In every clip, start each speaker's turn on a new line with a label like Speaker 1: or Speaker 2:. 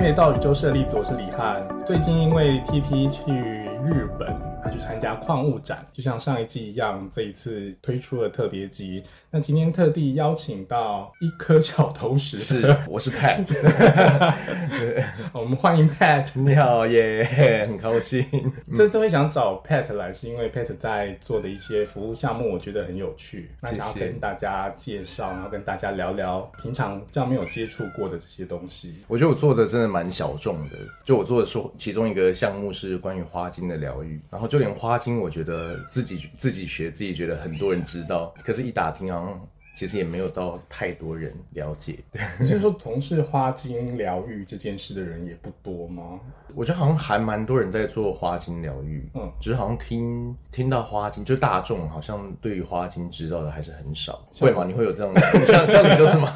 Speaker 1: 美岛宇宙设立组，我是李翰。最近因为 TT 去日本，他去参加矿物展，就像上一季一样，这一次推出了特别集。那今天特地邀请到一颗小头石，
Speaker 2: 是，我是 Pat，
Speaker 1: 我们欢迎 Pat。
Speaker 2: 你好耶很高兴。
Speaker 1: 这次会想找 Pat 来，是因为 Pat 在做的一些服务项目，我觉得很有趣。那
Speaker 2: 谢谢
Speaker 1: 想要跟大家介绍，然后跟大家聊聊平常这样没有接触过的这些东西。
Speaker 2: 我觉得我做的真的蛮小众的，就我做的说，其中一个项目是关于花精的疗愈，然后就连花精，我觉得自己自己学，自己觉得很多人知道，可是一打听好像其实也没有到太多人了解。
Speaker 1: 你是说从事花精疗愈这件事的人也不多吗？
Speaker 2: 我觉得好像还蛮多人在做花精疗愈，嗯，只是好像听听到花精，就大众好像对于花精知道的还是很少，会吗？你会有这样的？像像你就是吗？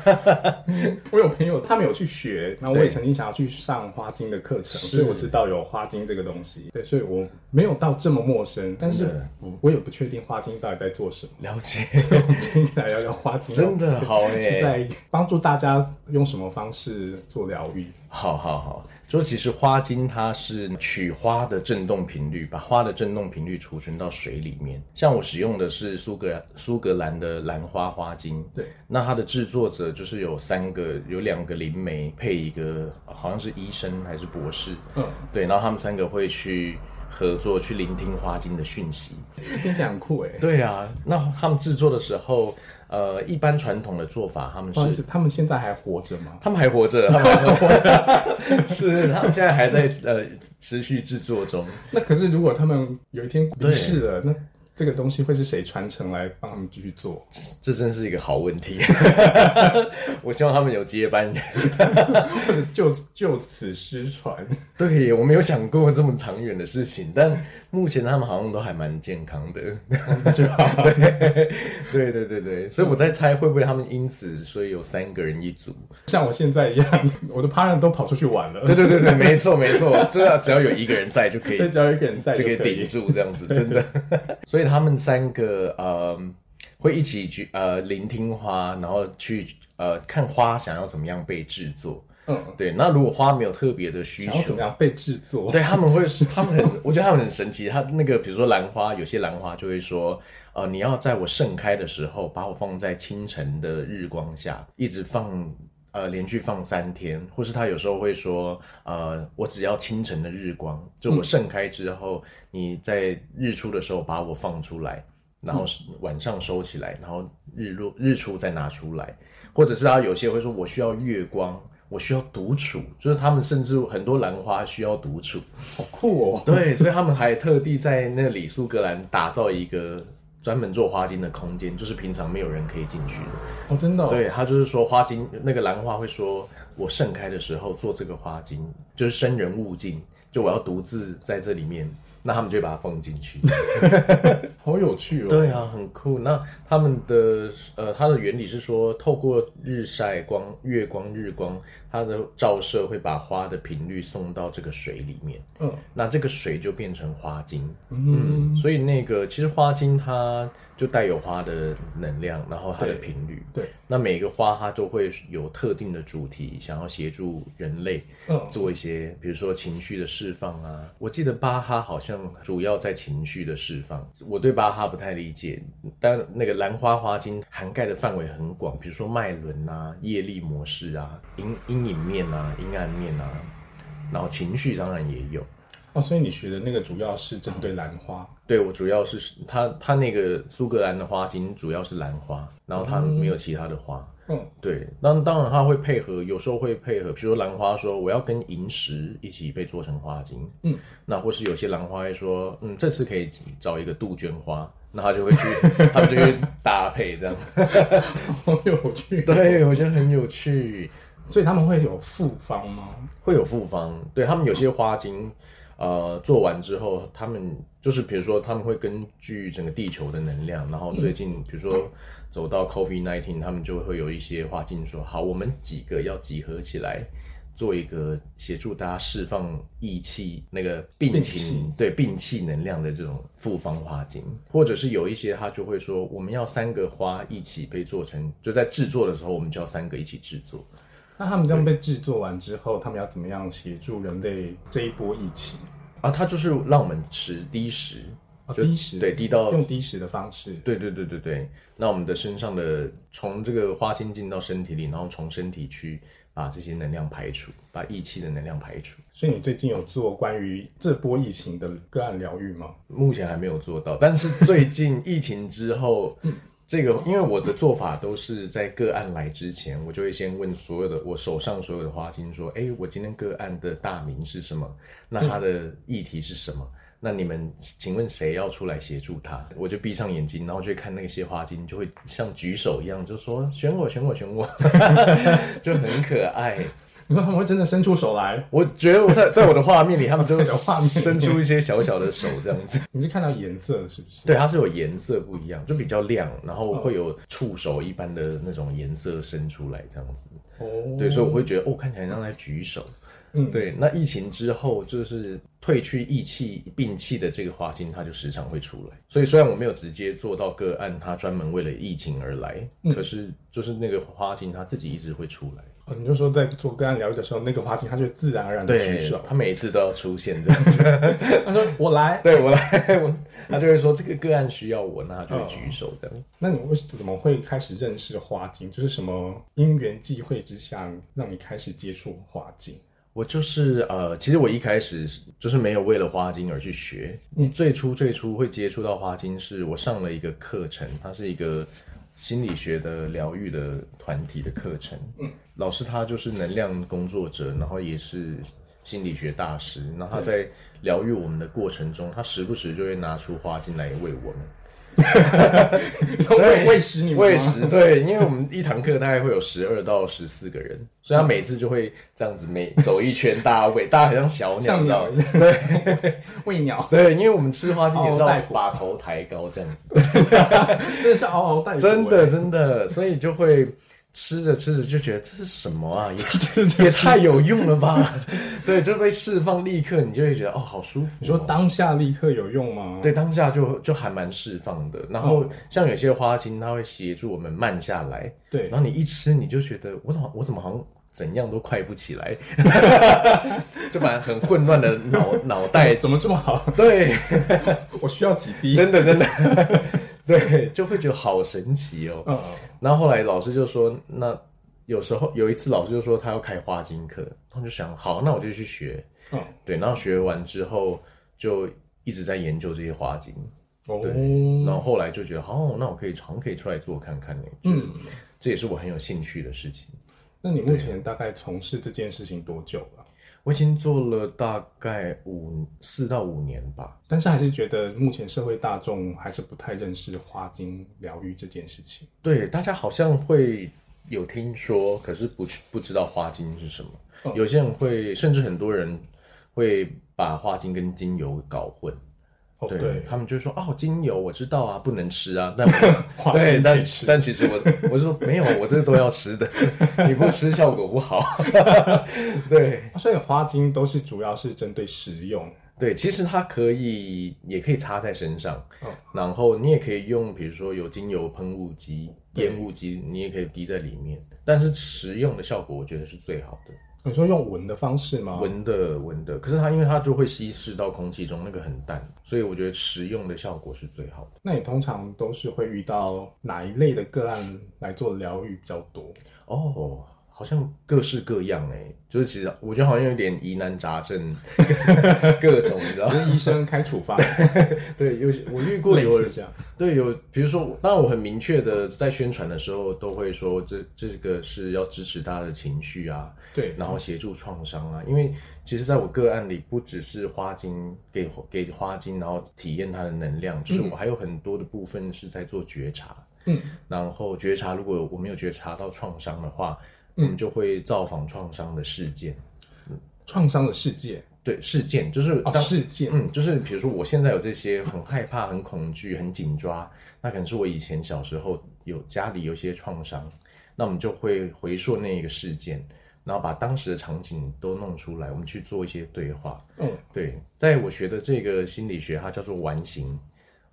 Speaker 1: 我有朋友他们有去学，然后我也
Speaker 2: 对
Speaker 1: 曾经想要去上花精的课程，所以我知道有花精这个东西。对，所以我没有到这么陌生，但是我我也不确定花精到底在做 什么。
Speaker 2: 了解，
Speaker 1: 所以我们今天来聊聊花精，哦
Speaker 2: 真的好耶
Speaker 1: 是在帮助大家用什么方式做疗愈？
Speaker 2: 好好好，说其实花精它是取花的振动频率，把花的振动频率储存到水里面。像我使用的是苏格苏格兰的兰花花精，
Speaker 1: 对，
Speaker 2: 那它的制作者就是有三个，有两个灵媒配一个好像是医生还是博士，
Speaker 1: 嗯，
Speaker 2: 对，然后他们三个会去合作去聆听花精的讯息。
Speaker 1: 听起来很酷哎。
Speaker 2: 对啊，那他们制作的时候，呃，一般传统的做法他们
Speaker 1: 不好意
Speaker 2: 是
Speaker 1: 思，他们现在还活着吗？
Speaker 2: 他们还活着，他们还活着， 是他们现在还在呃持续制作中。
Speaker 1: 那可是如果他们有一天离
Speaker 2: 对
Speaker 1: 世了，那这个东西会是谁传承来帮他们继续做？
Speaker 2: 这真是一个好问 题。我希望他们有接班人。
Speaker 1: 或者就就此失 传？
Speaker 2: 对我没有想过这么长远的事情，但目前他们好像都还蛮健康的，是吧？ 对，对对对对，所以我在猜会不会他们因此所以有三个人一组？
Speaker 1: 像我现在一样，我的 partner 都跑出去玩了，
Speaker 2: 对对对对，没错没错，对啊，只要有一个人在就可以
Speaker 1: 对，只要有一个人在
Speaker 2: 就可以
Speaker 1: 以
Speaker 2: 顶。住这样子，真的。所以他们三个呃会一起去呃聆听花，然后去呃看花想要怎么样被制作。
Speaker 1: 嗯，
Speaker 2: 对，那如果花没有特别的需
Speaker 1: 想要
Speaker 2: 求
Speaker 1: 怎，么样被制作？
Speaker 2: 对他们会，他们很， 我觉得他们很神奇。他那个比如说兰花，有些兰花就会说，呃，你要在我盛开的时候，把我放在清晨的日光下，一直放。呃，连续放三天，或是他有时候会说，呃，我只要清晨的日光，就我盛开之后，你在日出的时候把我放出来，然后是晚上收起来，然后日落日出再拿出来，或者是他有些会说，我需要月光，我需要独处，就是他们甚至很多兰花需要独处，
Speaker 1: 好酷哦！
Speaker 2: 对，所以他们还特地在那里苏格兰打造一个专门做花精的空间，就是平常没有人可以进去的。
Speaker 1: 哦，真的、哦。
Speaker 2: 对他就是说花精那个兰花会说，我盛开的时候做这个花精，就是生人勿近，就我要独自在这里面，那他们就会把它放进去。
Speaker 1: 好有趣哦！
Speaker 2: 对啊，很酷。那他们的呃，它的原理是说，透过日晒光、月光、日光，它的照射会把花的频率送到这个水里面。
Speaker 1: 嗯，
Speaker 2: 那这个水就变成花精。嗯，所以那个其实花精它就带有花的能量，然后它的频率。
Speaker 1: 对，
Speaker 2: 那每个花它都会有特定的主题，想要协助人类
Speaker 1: 嗯
Speaker 2: 做一些，比如说情绪的释放啊。我记得巴哈好像主要在情绪的释放，我对巴哈不太理解，但那个兰花花精涵盖的范围很广，比如说脉轮啊、业力模式啊、阴阴影面啊、阴暗面啊，然后情绪当然也有。
Speaker 1: 哦，所以你学的那个主要是针对兰花，
Speaker 2: 对我主要是它它那个苏格兰的花精主要是兰花，然后它没有其他的花。
Speaker 1: 嗯，
Speaker 2: 对，那当然它会配合，有时候会配合，比如说兰花说我要跟银石一起被做成花精，嗯，那或是有些兰花会说，嗯，这次可以找一个杜鹃花，那他就 会去，他们就会搭配这样。
Speaker 1: 好有趣。，
Speaker 2: 对，我觉得很有趣，
Speaker 1: 所以他们会有复方吗？
Speaker 2: 会有复方，对他们有些花精，呃，做完之后，他们就是比如说他们会根据整个地球的能量，然后
Speaker 1: 嗯
Speaker 2: 最近比如说走到 COVID nineteen，他们就会有一些花精说，好，我们几个要集合起来。做一个协助大家释放义气、那个病
Speaker 1: 病
Speaker 2: 情
Speaker 1: 气
Speaker 2: 对病气能量的这种复方花精，或者是有一些他就会说，我们要三个花一起被做成，就在制作的时候，我们就要三个一起制作。
Speaker 1: 那他们这样被制作完之后，他们要怎么样协助人类这一波疫情？
Speaker 2: 啊，它就是让我们吃低食，
Speaker 1: 哦，
Speaker 2: 就
Speaker 1: 低食
Speaker 2: 对，低到
Speaker 1: 用低食的方式，
Speaker 2: 对对对对对，那我们的身上的从这个花精进到身体里，然后从身体去把这些能量排除，把义气的能量排除。
Speaker 1: 所以你最近有做关于这波疫情的个案疗愈吗？
Speaker 2: 目前还没有做到，但是最近疫情之后，这个因为我的做法都是在个案来之前，我就会先问所有的我手上所有的花精说，哎诶，我今天个案的大名是什么？那他的议题是什么？那你们请问谁要出来协助他？我就闭上眼睛，然后就会看那些花精，就会像举手一样，就说选我，选我，选我， 就很可爱。
Speaker 1: 你说他们会真的伸出手来？
Speaker 2: 我觉得我在在我的画面里，他 们就
Speaker 1: 在画面里
Speaker 2: 伸出一些小小的手这样子。
Speaker 1: 你是看到颜色是不是？
Speaker 2: 对，它是有颜色不一样，就比较亮，然后会有触手一般的那种颜色伸出来这样子。
Speaker 1: 哦，
Speaker 2: 对，所以我会觉得哦，看起来像在举手。嗯，对。那疫情之后，就是褪去疫气病气的这个花精，它就时常会出来。所以虽然我没有直接做到个案，它专门为了疫情而来，可是就是那个花精它自己一直会出来。
Speaker 1: 哦你就说在做个案疗愈的时候，那个花精它就会自然而然的举
Speaker 2: 对
Speaker 1: 手，，
Speaker 2: 它每一次都要出现 这样子。
Speaker 1: 他 说我来。
Speaker 2: 对我来，我他就会说这个个案需要我，那他就会举手这样。
Speaker 1: 那你为怎么会开始认识花精？就是什么因缘际会之下，让你开始接触花精？
Speaker 2: 我就是呃，其实我一开始是就是没有为了花精而去学。你最初最初会接触到花精，是我上了一个课程，它是一个心理学的疗愈的团体的课程。嗯，老师他就是能量工作者，然后也是心理学大师。那他在疗愈我们的过程中，他时不时就会拿出花精来喂我们。
Speaker 1: 喂喂食你们吗
Speaker 2: 喂食对，因为我们一堂课大概会有十二到十四个人，所以他每次就会这样子每走一圈，大家喂，大家很像小鸟，
Speaker 1: 像
Speaker 2: 你知道
Speaker 1: 鸟
Speaker 2: 吗
Speaker 1: 一样，对， 喂鸟，
Speaker 2: 对，因为我们吃花精也
Speaker 1: 嗷
Speaker 2: 是
Speaker 1: 嗷
Speaker 2: 要
Speaker 1: 待哺
Speaker 2: 把头抬高这样子，
Speaker 1: 真的是嗷嗷待哺。
Speaker 2: 真
Speaker 1: 欸
Speaker 2: 的真的，所以就会吃着吃着就觉得这是什么 啊，也
Speaker 1: 这这
Speaker 2: 也太有用了吧， 对，就被释放，立刻你就会觉得哦，好舒服哦、
Speaker 1: 你说当下立刻有用吗？
Speaker 2: 对，当下就就还蛮释放的。然后像有些花精，它会协助我们慢下来。
Speaker 1: 对
Speaker 2: 然后你一吃，你就觉得我怎么我怎么好像怎样都快不起来， 就把很混乱的脑脑袋。
Speaker 1: 哎 怎么这么好？
Speaker 2: 对，
Speaker 1: 我需要几滴。
Speaker 2: 真的真的， 对，就会觉得好神奇哦。
Speaker 1: 嗯嗯，
Speaker 2: 然后后来老师就说，那有时候有一次老师就说他要开花精课，然后就想好，那我就去学。
Speaker 1: 嗯，
Speaker 2: 对，然后学完之后就一直在研究这些花精。
Speaker 1: 哦，
Speaker 2: 然后后来就觉得，哦，那我可以好像可以出来做看看呢。嗯，这也是我很有兴趣的事情。
Speaker 1: 那你目前大概从事这件事情多久了？
Speaker 2: 我已经做了大概五四到五年吧。
Speaker 1: 但是还是觉得目前社会大众还是不太认识花精疗愈这件事情。
Speaker 2: 对，大家好像会有听说，可是不不知道花精是什么。
Speaker 1: 哦
Speaker 2: 有些人会，甚至很多人会把花精跟精油搞混。
Speaker 1: 哦，
Speaker 2: 对
Speaker 1: 对，
Speaker 2: 他们就说哦，精油我知道啊，不能吃啊，但我
Speaker 1: 花精可
Speaker 2: 对，
Speaker 1: 以
Speaker 2: 但
Speaker 1: 吃
Speaker 2: 但其实我我就说没有，啊我这都要吃 的，你不吃效果不好。对，
Speaker 1: 啊所以花精都是主要是针对食用。
Speaker 2: 对，其实它可以，也可以擦在身上，
Speaker 1: 哦
Speaker 2: 然后你也可以用，比如说有精油喷雾机、烟雾机，你也可以滴在里面。但是食用的效果，我觉得是最好的，
Speaker 1: 你说用闻的方式吗？
Speaker 2: 闻的闻的。可是它因为它就会稀释到空气中，那个很淡，所以我觉得食用的效果是最好的。
Speaker 1: 那你通常都是会遇到哪一类的个案来做疗愈比较 多？
Speaker 2: 哦，好像各式各样哎、就是其实我觉得好像有点疑难杂症， 各种你知道
Speaker 1: 就？是医生开处方，
Speaker 2: 对，有些我遇过
Speaker 1: 类
Speaker 2: 有
Speaker 1: 似这样。
Speaker 2: 对，有比如说，当然我很明确的在宣传的时候都会说这，这个是要支持大家的情绪啊，
Speaker 1: 对，
Speaker 2: 然后协助创伤啊，因为其实在我个案里，不只是花精给给花精，然后体验它的能量，就是我还有很多的部分是在做觉察，嗯，然后觉察，如果我没有觉察到创伤的话，我们就会造访创伤的事件，
Speaker 1: 创伤的世界
Speaker 2: 对事件就是
Speaker 1: 哦，
Speaker 2: 当
Speaker 1: 事件
Speaker 2: 嗯，就是比如说我现在有这些很害怕、很恐惧、很紧抓，那可能是我以前小时候有家里有一些创伤，那我们就会回溯那个事件，然后把当时的场景都弄出来，我们去做一些对话。
Speaker 1: 嗯，
Speaker 2: 对，在我学的这个心理学，它叫做完形，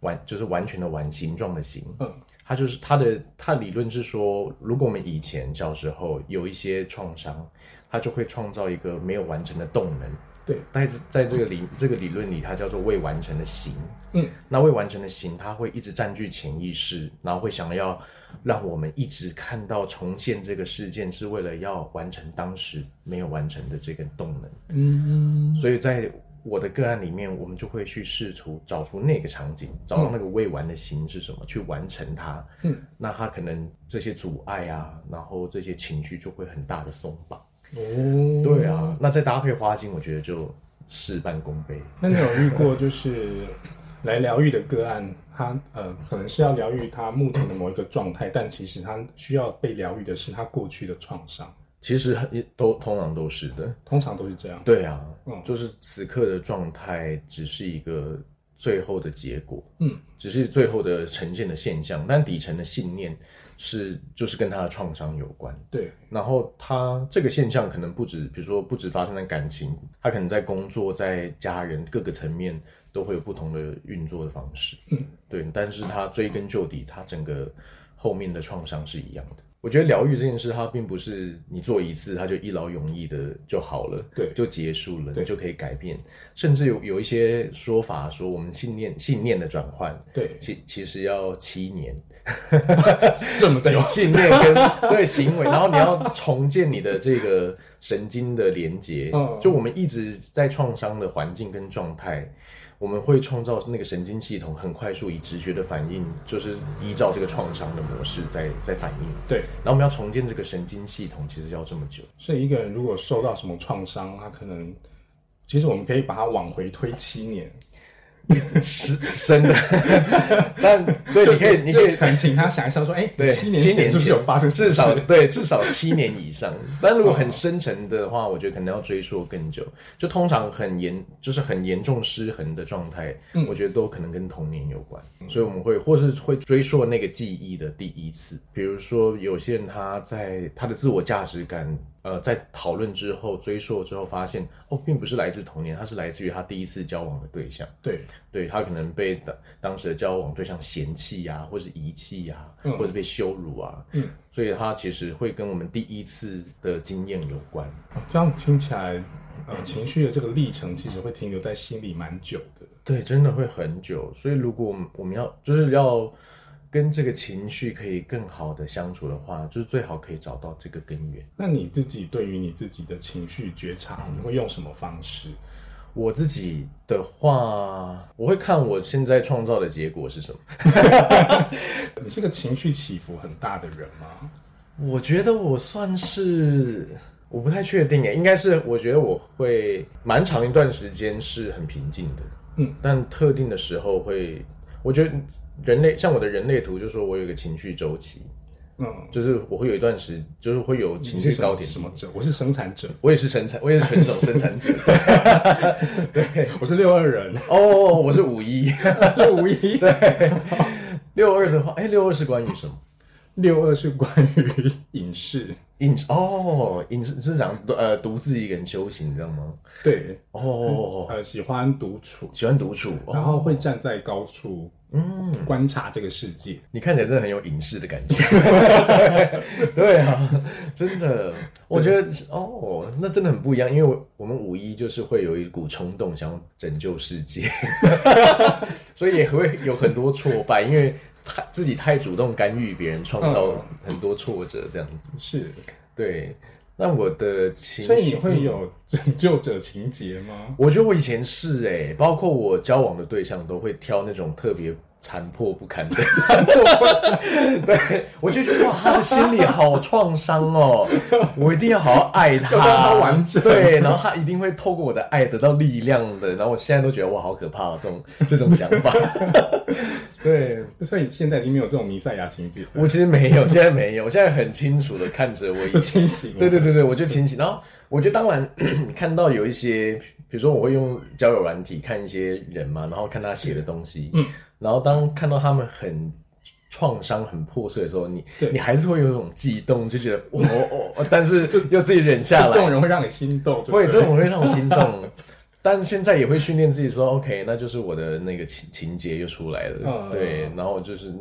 Speaker 2: 完就是完全的完，形状的形。
Speaker 1: 嗯，
Speaker 2: 他就是他的他理论是说，如果我们以前小时候有一些创伤，它就会创造一个没有完成的动能。
Speaker 1: 对，
Speaker 2: 在这在这个理这个理论里，它叫做未完成的形。
Speaker 1: 嗯，
Speaker 2: 那未完成的形，它会一直占据潜意识，然后会想要让我们一直看到重现这个事件，是为了要完成当时没有完成的这个动能。
Speaker 1: 嗯，
Speaker 2: 所以在我的个案里面，我们就会去试图找出那个场景，找到那个未完的形是什么，去完成它。
Speaker 1: 嗯，
Speaker 2: 那它可能这些阻碍啊，然后这些情绪就会很大的松绑。
Speaker 1: 哦，
Speaker 2: 对啊，那再搭配花精，我觉得就事半功倍。
Speaker 1: 那你有遇过就是来疗愈的个案，他呃可能是要疗愈他目前的某一个状态，但其实他需要被疗愈的是他过去的创伤，
Speaker 2: 其实很都通常都是的。
Speaker 1: 通常都是这样。
Speaker 2: 对啊，
Speaker 1: 嗯
Speaker 2: 就是此刻的状态只是一个最后的结果，
Speaker 1: 嗯，
Speaker 2: 只是最后的呈现的现象，但底层的信念是就是跟他的创伤有关。
Speaker 1: 对，
Speaker 2: 然后他这个现象可能不止，比如说不止发生在感情，他可能在工作、在家人各个层面都会有不同的运作的方式。嗯，对，但是他追根究底，他整个后面的创伤是一样的。我觉得疗愈这件事，它并不是你做一次，它就一劳永逸的就好了，
Speaker 1: 对
Speaker 2: 就结束了，
Speaker 1: 对
Speaker 2: 你就可以改变。甚至有有一些说法说，我们信念信念的转换，
Speaker 1: 对
Speaker 2: 其其实要七年，
Speaker 1: 这么久
Speaker 2: 对，信念跟对行为，然后你要重建你的这个神经的连接
Speaker 1: 嗯。
Speaker 2: 就我们一直在创伤的环境跟状态，我们会创造那个神经系统很快速以直觉的反应，就是依照这个创伤的模式在在反应。
Speaker 1: 对，
Speaker 2: 然后我们要重建这个神经系统，其实要这么久。
Speaker 1: 所以一个人如果受到什么创伤，他可能其实我们可以把它往回推七年，
Speaker 2: 是真的， 但对，你可以，你可
Speaker 1: 就
Speaker 2: 以
Speaker 1: 可能请他想一下说，哎、
Speaker 2: 对，
Speaker 1: 七年前是不是有发生什么
Speaker 2: 至
Speaker 1: 事
Speaker 2: 少对至少七年以上。 但如果很深沉的话，我觉得可能要追溯更久。就通常很严，就是很严重失衡的状态，
Speaker 1: 嗯
Speaker 2: 我觉得都可能跟童年有关。所以我们会或是会追溯那个记忆的第一次。比如说，有些人他在他的自我价值感。呃，在讨论之后，追溯之后，发现哦，并不是来自童年，它是来自于他第一次交往的对象。
Speaker 1: 对，
Speaker 2: 对他可能被当当时的交往对象嫌弃呀、或是遗弃呀、
Speaker 1: 嗯
Speaker 2: 或者被羞辱啊，
Speaker 1: 嗯，
Speaker 2: 所以他其实会跟我们第一次的经验有关。
Speaker 1: 哦这样听起来，呃，情绪的这个历程其实会停留在心里蛮久的。
Speaker 2: 对，真的会很久。所以如果我们我们要就是要跟这个情绪可以更好的相处的话，就是最好可以找到这个根源。
Speaker 1: 那你自己对于你自己的情绪觉察，你会用什么方式？
Speaker 2: 我自己的话，我会看我现在创造的结果是什么。
Speaker 1: 你是个情绪起伏很大的人吗？
Speaker 2: 我觉得我算是，我不太确定诶，应该是我觉得我会蛮长一段时间是很平静的，
Speaker 1: 嗯，
Speaker 2: 但特定的时候会，我觉得人类像我的人类图，就说我有一个情绪周期，
Speaker 1: 嗯，
Speaker 2: 就是我会有一段时，就是会有情
Speaker 1: 你
Speaker 2: 绪
Speaker 1: 是什
Speaker 2: 高
Speaker 1: 么
Speaker 2: 点。
Speaker 1: 什么者？我是生产者，
Speaker 2: 我也是生产，我也是纯手生产 者。
Speaker 1: 我是六二人，
Speaker 2: 哦，我是五一
Speaker 1: 六五一，
Speaker 2: 六二的话，哎、六二是关于什么？
Speaker 1: 六二是关于影视，
Speaker 2: 隐哦，隐是是讲呃独自一个人修行，你知道吗？
Speaker 1: 对，
Speaker 2: 哦，
Speaker 1: 呃，喜欢独处，
Speaker 2: 喜欢独处，哦
Speaker 1: 然后会站在高处，嗯，观察这个世界。
Speaker 2: 你看起来真的很有影视的感觉。 对啊，真的，我觉得哦，那真的很不一样，因为我我们五一就是会有一股冲动想要拯救世界， 所以也会有很多挫败，因为太自己太主动干预别人，创造很多挫折这样子。
Speaker 1: 是，
Speaker 2: 对，那我的情绪，嗯
Speaker 1: 所以你会有拯救者情节吗？
Speaker 2: 我觉得我以前是哎、包括我交往的对象都会挑那种特别残破不堪的。 对，我就觉得哇，他的心里好创伤哦， 我一定要好好爱他，
Speaker 1: 要让他完整
Speaker 2: 对，然后他一定会透过我的爱得到力量的。然后我现在都觉得哇，好可怕、哦，这种这种想法。 对，
Speaker 1: 所以你现在已经没有这种弥赛亚情节了，
Speaker 2: 我其实没有，现在没有，我现在很清楚的看着我以
Speaker 1: 不
Speaker 2: 前。
Speaker 1: 清醒了。
Speaker 2: 对对对对，我就清醒。然后我觉得当然 看到有一些，比如说我会用交友软体看一些人嘛，然后看他写的东西，嗯，然后当看到他们很。创伤很破碎的时候，你
Speaker 1: 对
Speaker 2: 你还是会有一种悸动，就觉得我我我，但是又自己忍下
Speaker 1: 这种
Speaker 2: 来，
Speaker 1: 人会让你心动，对不
Speaker 2: 会
Speaker 1: 对
Speaker 2: 这种会让我 心动。但现在也会训练自己说，OK，那就是我的那个情情节又出来了，
Speaker 1: 嗯
Speaker 2: 对，然后就是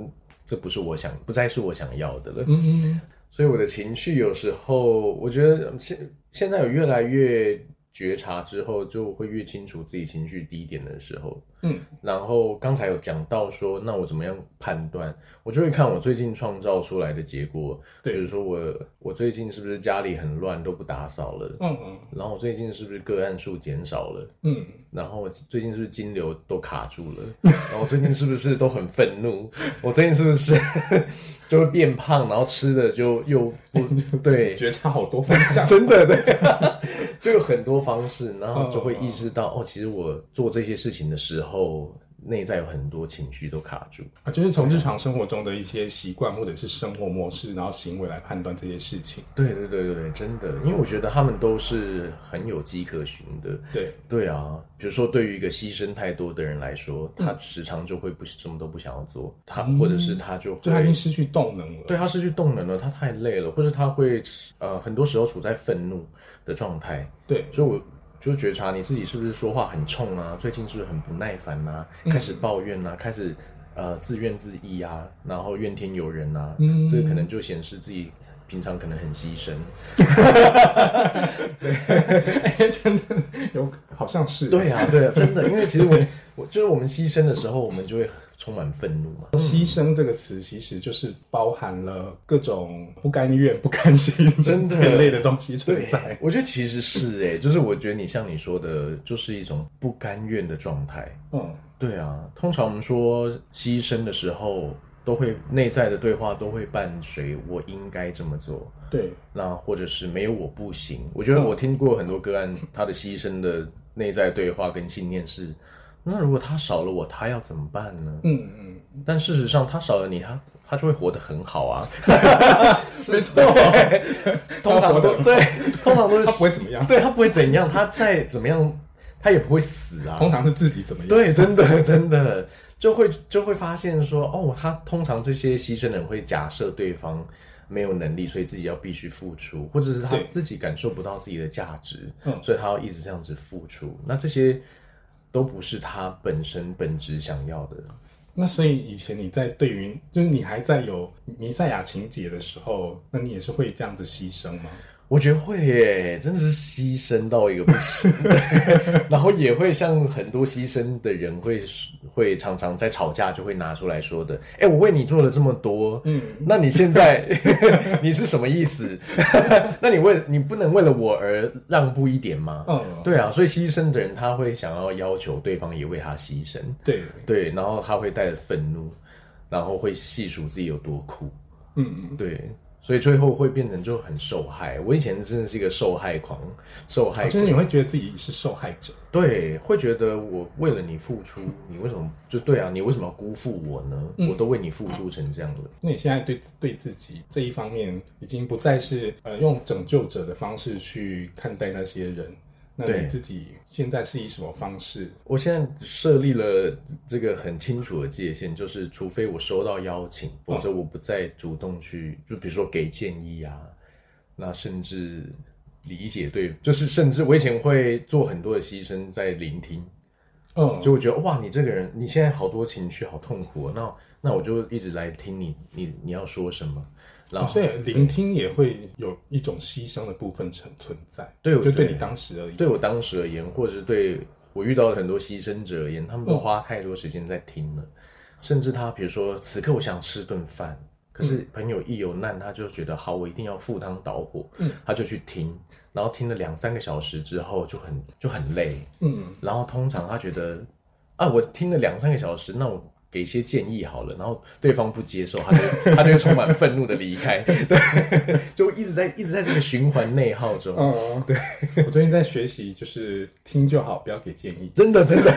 Speaker 2: 这不是我想，不再是我想要的了。
Speaker 1: 嗯嗯
Speaker 2: 所以我的情绪有时候，我觉得现现在有越来越觉察之后，就会越清楚自己情绪低点的时候。
Speaker 1: 嗯，
Speaker 2: 然后刚才有讲到说，那我怎么样判断？我就会看我最近创造出来的结果，比
Speaker 1: 对
Speaker 2: 如说我我最近是不是家里很乱，都不打扫了。
Speaker 1: 嗯嗯
Speaker 2: 然后我最近是不是个案数减少了？
Speaker 1: 嗯，
Speaker 2: 然后我最近是不是金流都卡住了？ 然后我最近是不是都很愤怒？我最近是不是 就会变胖，然后吃的就又不 对，。
Speaker 1: 觉察好多方向
Speaker 2: 真的对， 就有很多方式，然后就会意识到哦，其实我做这些事情的时候，内在有很多情绪都卡住。
Speaker 1: 啊，就是从日常生活中的一些习惯或者是生活模式，然后行为来判断这些事情。
Speaker 2: 对对对对对，真的，因为我觉得他们都是很有迹可循的。
Speaker 1: 对，
Speaker 2: 对啊，比如说对于一个牺牲太多的人来说，他时常就会不什么都不想要做，他或者是他就
Speaker 1: 就他已经
Speaker 2: 会。
Speaker 1: 失去动能了。
Speaker 2: 对他失去动能了，他太累了，或者他会呃，很多时候处在愤怒的状态，
Speaker 1: 对，
Speaker 2: 所以我就觉察你自己是不是说话很冲啊，最近是不是很不耐烦啊，开始抱怨啊，开始呃自怨自艾啊，然后怨天尤人啊，
Speaker 1: 嗯
Speaker 2: 这个可能就显示自己平常可能很牺牲。
Speaker 1: 哎，真的有，好像是。
Speaker 2: 对啊，对啊，真的，因为其实我我就是我们牺牲的时候，我们就会充满愤怒嘛。
Speaker 1: 牺牲这个词其实就是包含了各种不甘愿、不甘心
Speaker 2: 真的
Speaker 1: 这类的东西存
Speaker 2: 对
Speaker 1: 在。，
Speaker 2: 我觉得其实是哎、就是我觉得你像你说的，就是一种不甘愿的状态。
Speaker 1: 嗯，
Speaker 2: 对啊，通常我们说牺牲的时候，都会内在的对话都会伴随“我应该这么做
Speaker 1: 对，”，
Speaker 2: 那或者是“没有我不行”。我觉得我听过很多个案，他的牺牲的内在对话跟信念是：那如果他少了我，他要怎么办呢？
Speaker 1: 嗯嗯，
Speaker 2: 但事实上，他少了你，他他就会活得很好啊。
Speaker 1: 没错，
Speaker 2: 通常
Speaker 1: 他
Speaker 2: 都
Speaker 1: 活得
Speaker 2: 对，通常都是
Speaker 1: 他不会怎么样，
Speaker 2: 对他不会怎样，他再怎么样，他也不会死啊。
Speaker 1: 通常是自己怎么样。
Speaker 2: 对，真的真的 就会就会发现说，哦，他通常这些牺牲的人会假设对方没有能力，所以自己要必须付出，或者是他
Speaker 1: 对
Speaker 2: 自己感受不到自己的价值
Speaker 1: 嗯，
Speaker 2: 所以他要一直这样子付出。那这些都不是他本身本质想要的。
Speaker 1: 那所以以前你在对于就是你还在有弥赛亚情节的时候，那你也是会这样子牺牲吗？
Speaker 2: 我觉得会耶，真的是牺牲到一个不行，对然后也会像很多牺牲的人会会常常在吵架就会拿出来说的，哎、我为你做了这么多，嗯，那你现在 你是什么意思？ 那你为你不能为了我而让步一点吗？
Speaker 1: 嗯
Speaker 2: 对啊，所以牺牲的人他会想要要求对方也为他牺牲，
Speaker 1: 对，
Speaker 2: 对，然后他会带着愤怒，然后会细数自己有多苦，
Speaker 1: 嗯，
Speaker 2: 对，所以最后会变成就很受害。我以前真的是一个受害狂，受害
Speaker 1: 就是你会觉得自己是受害者。
Speaker 2: 对，会觉得我为了你付出，你为什么就对啊？你为什么要辜负我呢？
Speaker 1: 嗯
Speaker 2: 我都为你付出成这样了。
Speaker 1: 那你现在对对自己这一方面，已经不再是呃用拯救者的方式去看待那些人。那
Speaker 2: 对
Speaker 1: 你自己现在是以什么方式？
Speaker 2: 我现在设立了这个很清楚的界限，就是除非我收到邀请，否则我不再主动去，就比如说给建议啊，那甚至理解对，就是甚至我以前会做很多的牺牲在聆听，
Speaker 1: 嗯，
Speaker 2: 就我觉得哇，你这个人，你现在好多情绪，好痛苦、哦。那那我就一直来听你，你你要说什么？然
Speaker 1: 哦
Speaker 2: 后、
Speaker 1: 所以聆听也会有一种牺牲的部分存存在，
Speaker 2: 对
Speaker 1: 就
Speaker 2: 对
Speaker 1: 对你当时而言，
Speaker 2: 对我当时而言，或者是对我遇到的很多牺牲者而言，他们
Speaker 1: 嗯
Speaker 2: 都花太多时间在听了，甚至他比如说此刻我想吃顿饭，可
Speaker 1: 嗯
Speaker 2: 是朋友一有难，他就觉得好，我一定要赴汤蹈火，
Speaker 1: 嗯
Speaker 2: 他就去听，然后听了两三个小时之后就很就很累，
Speaker 1: 嗯，
Speaker 2: 然后通常他觉得啊，我听了两三个小时，那我给一些建议好了，然后对方不接受，他就他就会充满愤怒的离开， 对，就一直在一直在这个循环内耗中。
Speaker 1: 嗯，对。我最近在学习，就是听就好，不要给建议，
Speaker 2: 真的，真的，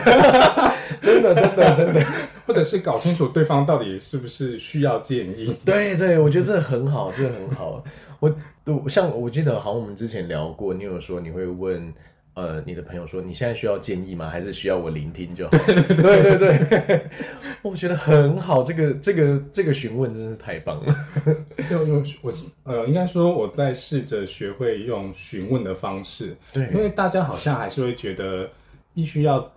Speaker 2: 真的，真的，真的，
Speaker 1: 或者是搞清楚对方到底是不是需要建议。
Speaker 2: 对对，我觉得这很好，这很好。我我像我记得好像我们之前聊过，你有说你会问呃你的朋友说你现在需要建议吗？还是需要我聆听就好？对对对， 我觉得很好，这个这个这个询问真是太棒了。
Speaker 1: 用用我呃，应该说我在试着学会用询问的方式，
Speaker 2: 对
Speaker 1: 因为大家好像还是会觉得必须要。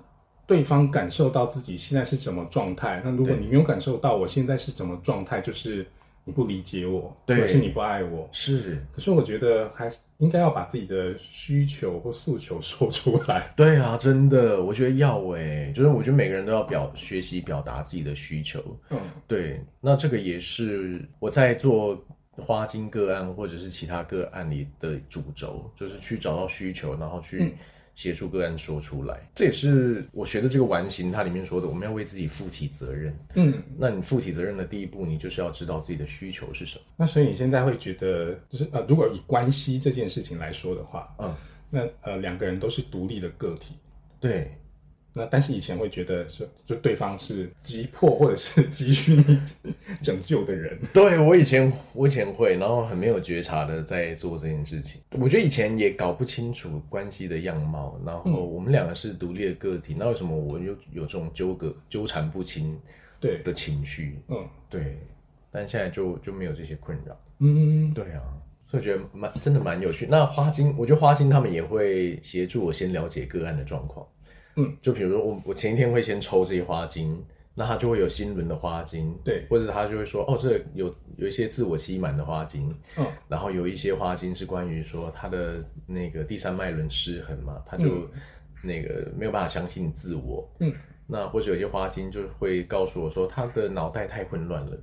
Speaker 1: 对方感受到自己现在是什么状态。那如果你没有感受到我现在是什么状态，就是你不理解我，
Speaker 2: 对
Speaker 1: 或者是你不爱我。
Speaker 2: 是，
Speaker 1: 可是我觉得还是应该要把自己的需求或诉求 说出来。
Speaker 2: 对啊，真的，我觉得要诶、就是我觉得每个人都要表学习表达自己的需求。
Speaker 1: 嗯，
Speaker 2: 对，那这个也是我在做花精个案或者是其他个案里的主轴，就是去找到需求，然后去协助个案说出来。这也是我学的这个完形，它里面说的，我们要为自己负起责任。
Speaker 1: 嗯，
Speaker 2: 那你负起责任的第一步，你就是要知道自己的需求是什么。
Speaker 1: 那所以你现在会觉得，就是呃，如果以关系这件事情来说的话，
Speaker 2: 嗯，
Speaker 1: 那呃两个人都是独立的个体。
Speaker 2: 对，
Speaker 1: 那但是以前会觉得说，就对方是急迫或者是急需你 拯救的人，
Speaker 2: 对我以前我以前会，然后很没有觉察的在做这件事情。我觉得以前也搞不清楚关系的样貌，然后我们两个是独立的个体，那为什么我又有这种纠葛、纠缠不清
Speaker 1: 对，
Speaker 2: 的情绪？
Speaker 1: 嗯
Speaker 2: 对，但现在就就没有这些困扰。
Speaker 1: 嗯，
Speaker 2: 对啊，所以我觉得蛮真的蛮有趣。那花精，我觉得花精他们也会协助我先了解个案的状况。
Speaker 1: 嗯，
Speaker 2: 就比如说我我前一天会先抽这些花精，那他就会有新轮的花精，
Speaker 1: 对
Speaker 2: 或者他就会说哦，这个有有一些自我欺瞒的花精，
Speaker 1: 嗯，
Speaker 2: 然后有一些花精是关于说他的那个第三脉轮失衡嘛，他就那个没有办法相信自我，
Speaker 1: 嗯，
Speaker 2: 那或者有些花精就会告诉我说他的脑袋太混乱了。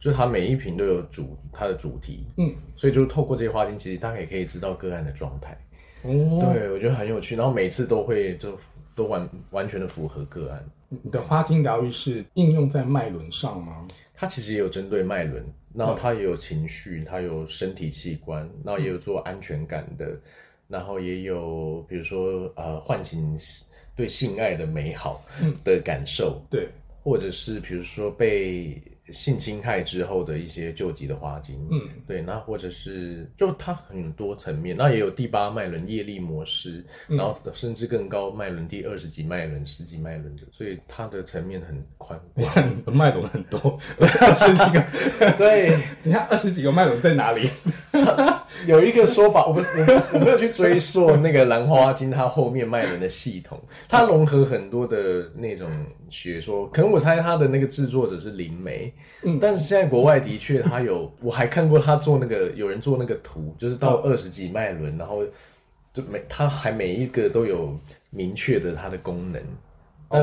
Speaker 2: 就是他每一瓶都有主他的主题，
Speaker 1: 嗯，
Speaker 2: 所以就是透过这些花精，其实大概也可以知道个案的状态。
Speaker 1: 哦，
Speaker 2: 对，我觉得很有趣，然后每次都会就都完完全的符合个案。
Speaker 1: 你的花精疗愈是应用在脉轮上吗？
Speaker 2: 它其实也有针对脉轮，然后它也有情绪，它有身体器官，然后也有做安全感的，然后也有比如说呃唤醒对性爱的美好的感受，
Speaker 1: 对，
Speaker 2: 或者是比如说被性侵害之后的一些救急的花精，
Speaker 1: 嗯，
Speaker 2: 对，那或者是就它很多层面，那也有第八脉轮业力模式，然后甚至更高脉轮第二十几脉轮、十几脉轮的，所以它的层面很宽。
Speaker 1: 你看你的 脉轮很多， 二十几个，
Speaker 2: 对，
Speaker 1: 你看二十几个脉轮在哪里？
Speaker 2: 有一个说法，我们我们我没有去追溯那个兰花精它后面脉轮的系统，它融合很多的那种学说，可能我猜它的那个制作者是灵媒，
Speaker 1: 嗯
Speaker 2: 但是现在国外的确它有，我还看过他做那个有人做那个图，就是到
Speaker 1: 嗯
Speaker 2: 二十几脉轮，然后就每它还每一个都有明确的它的功能，但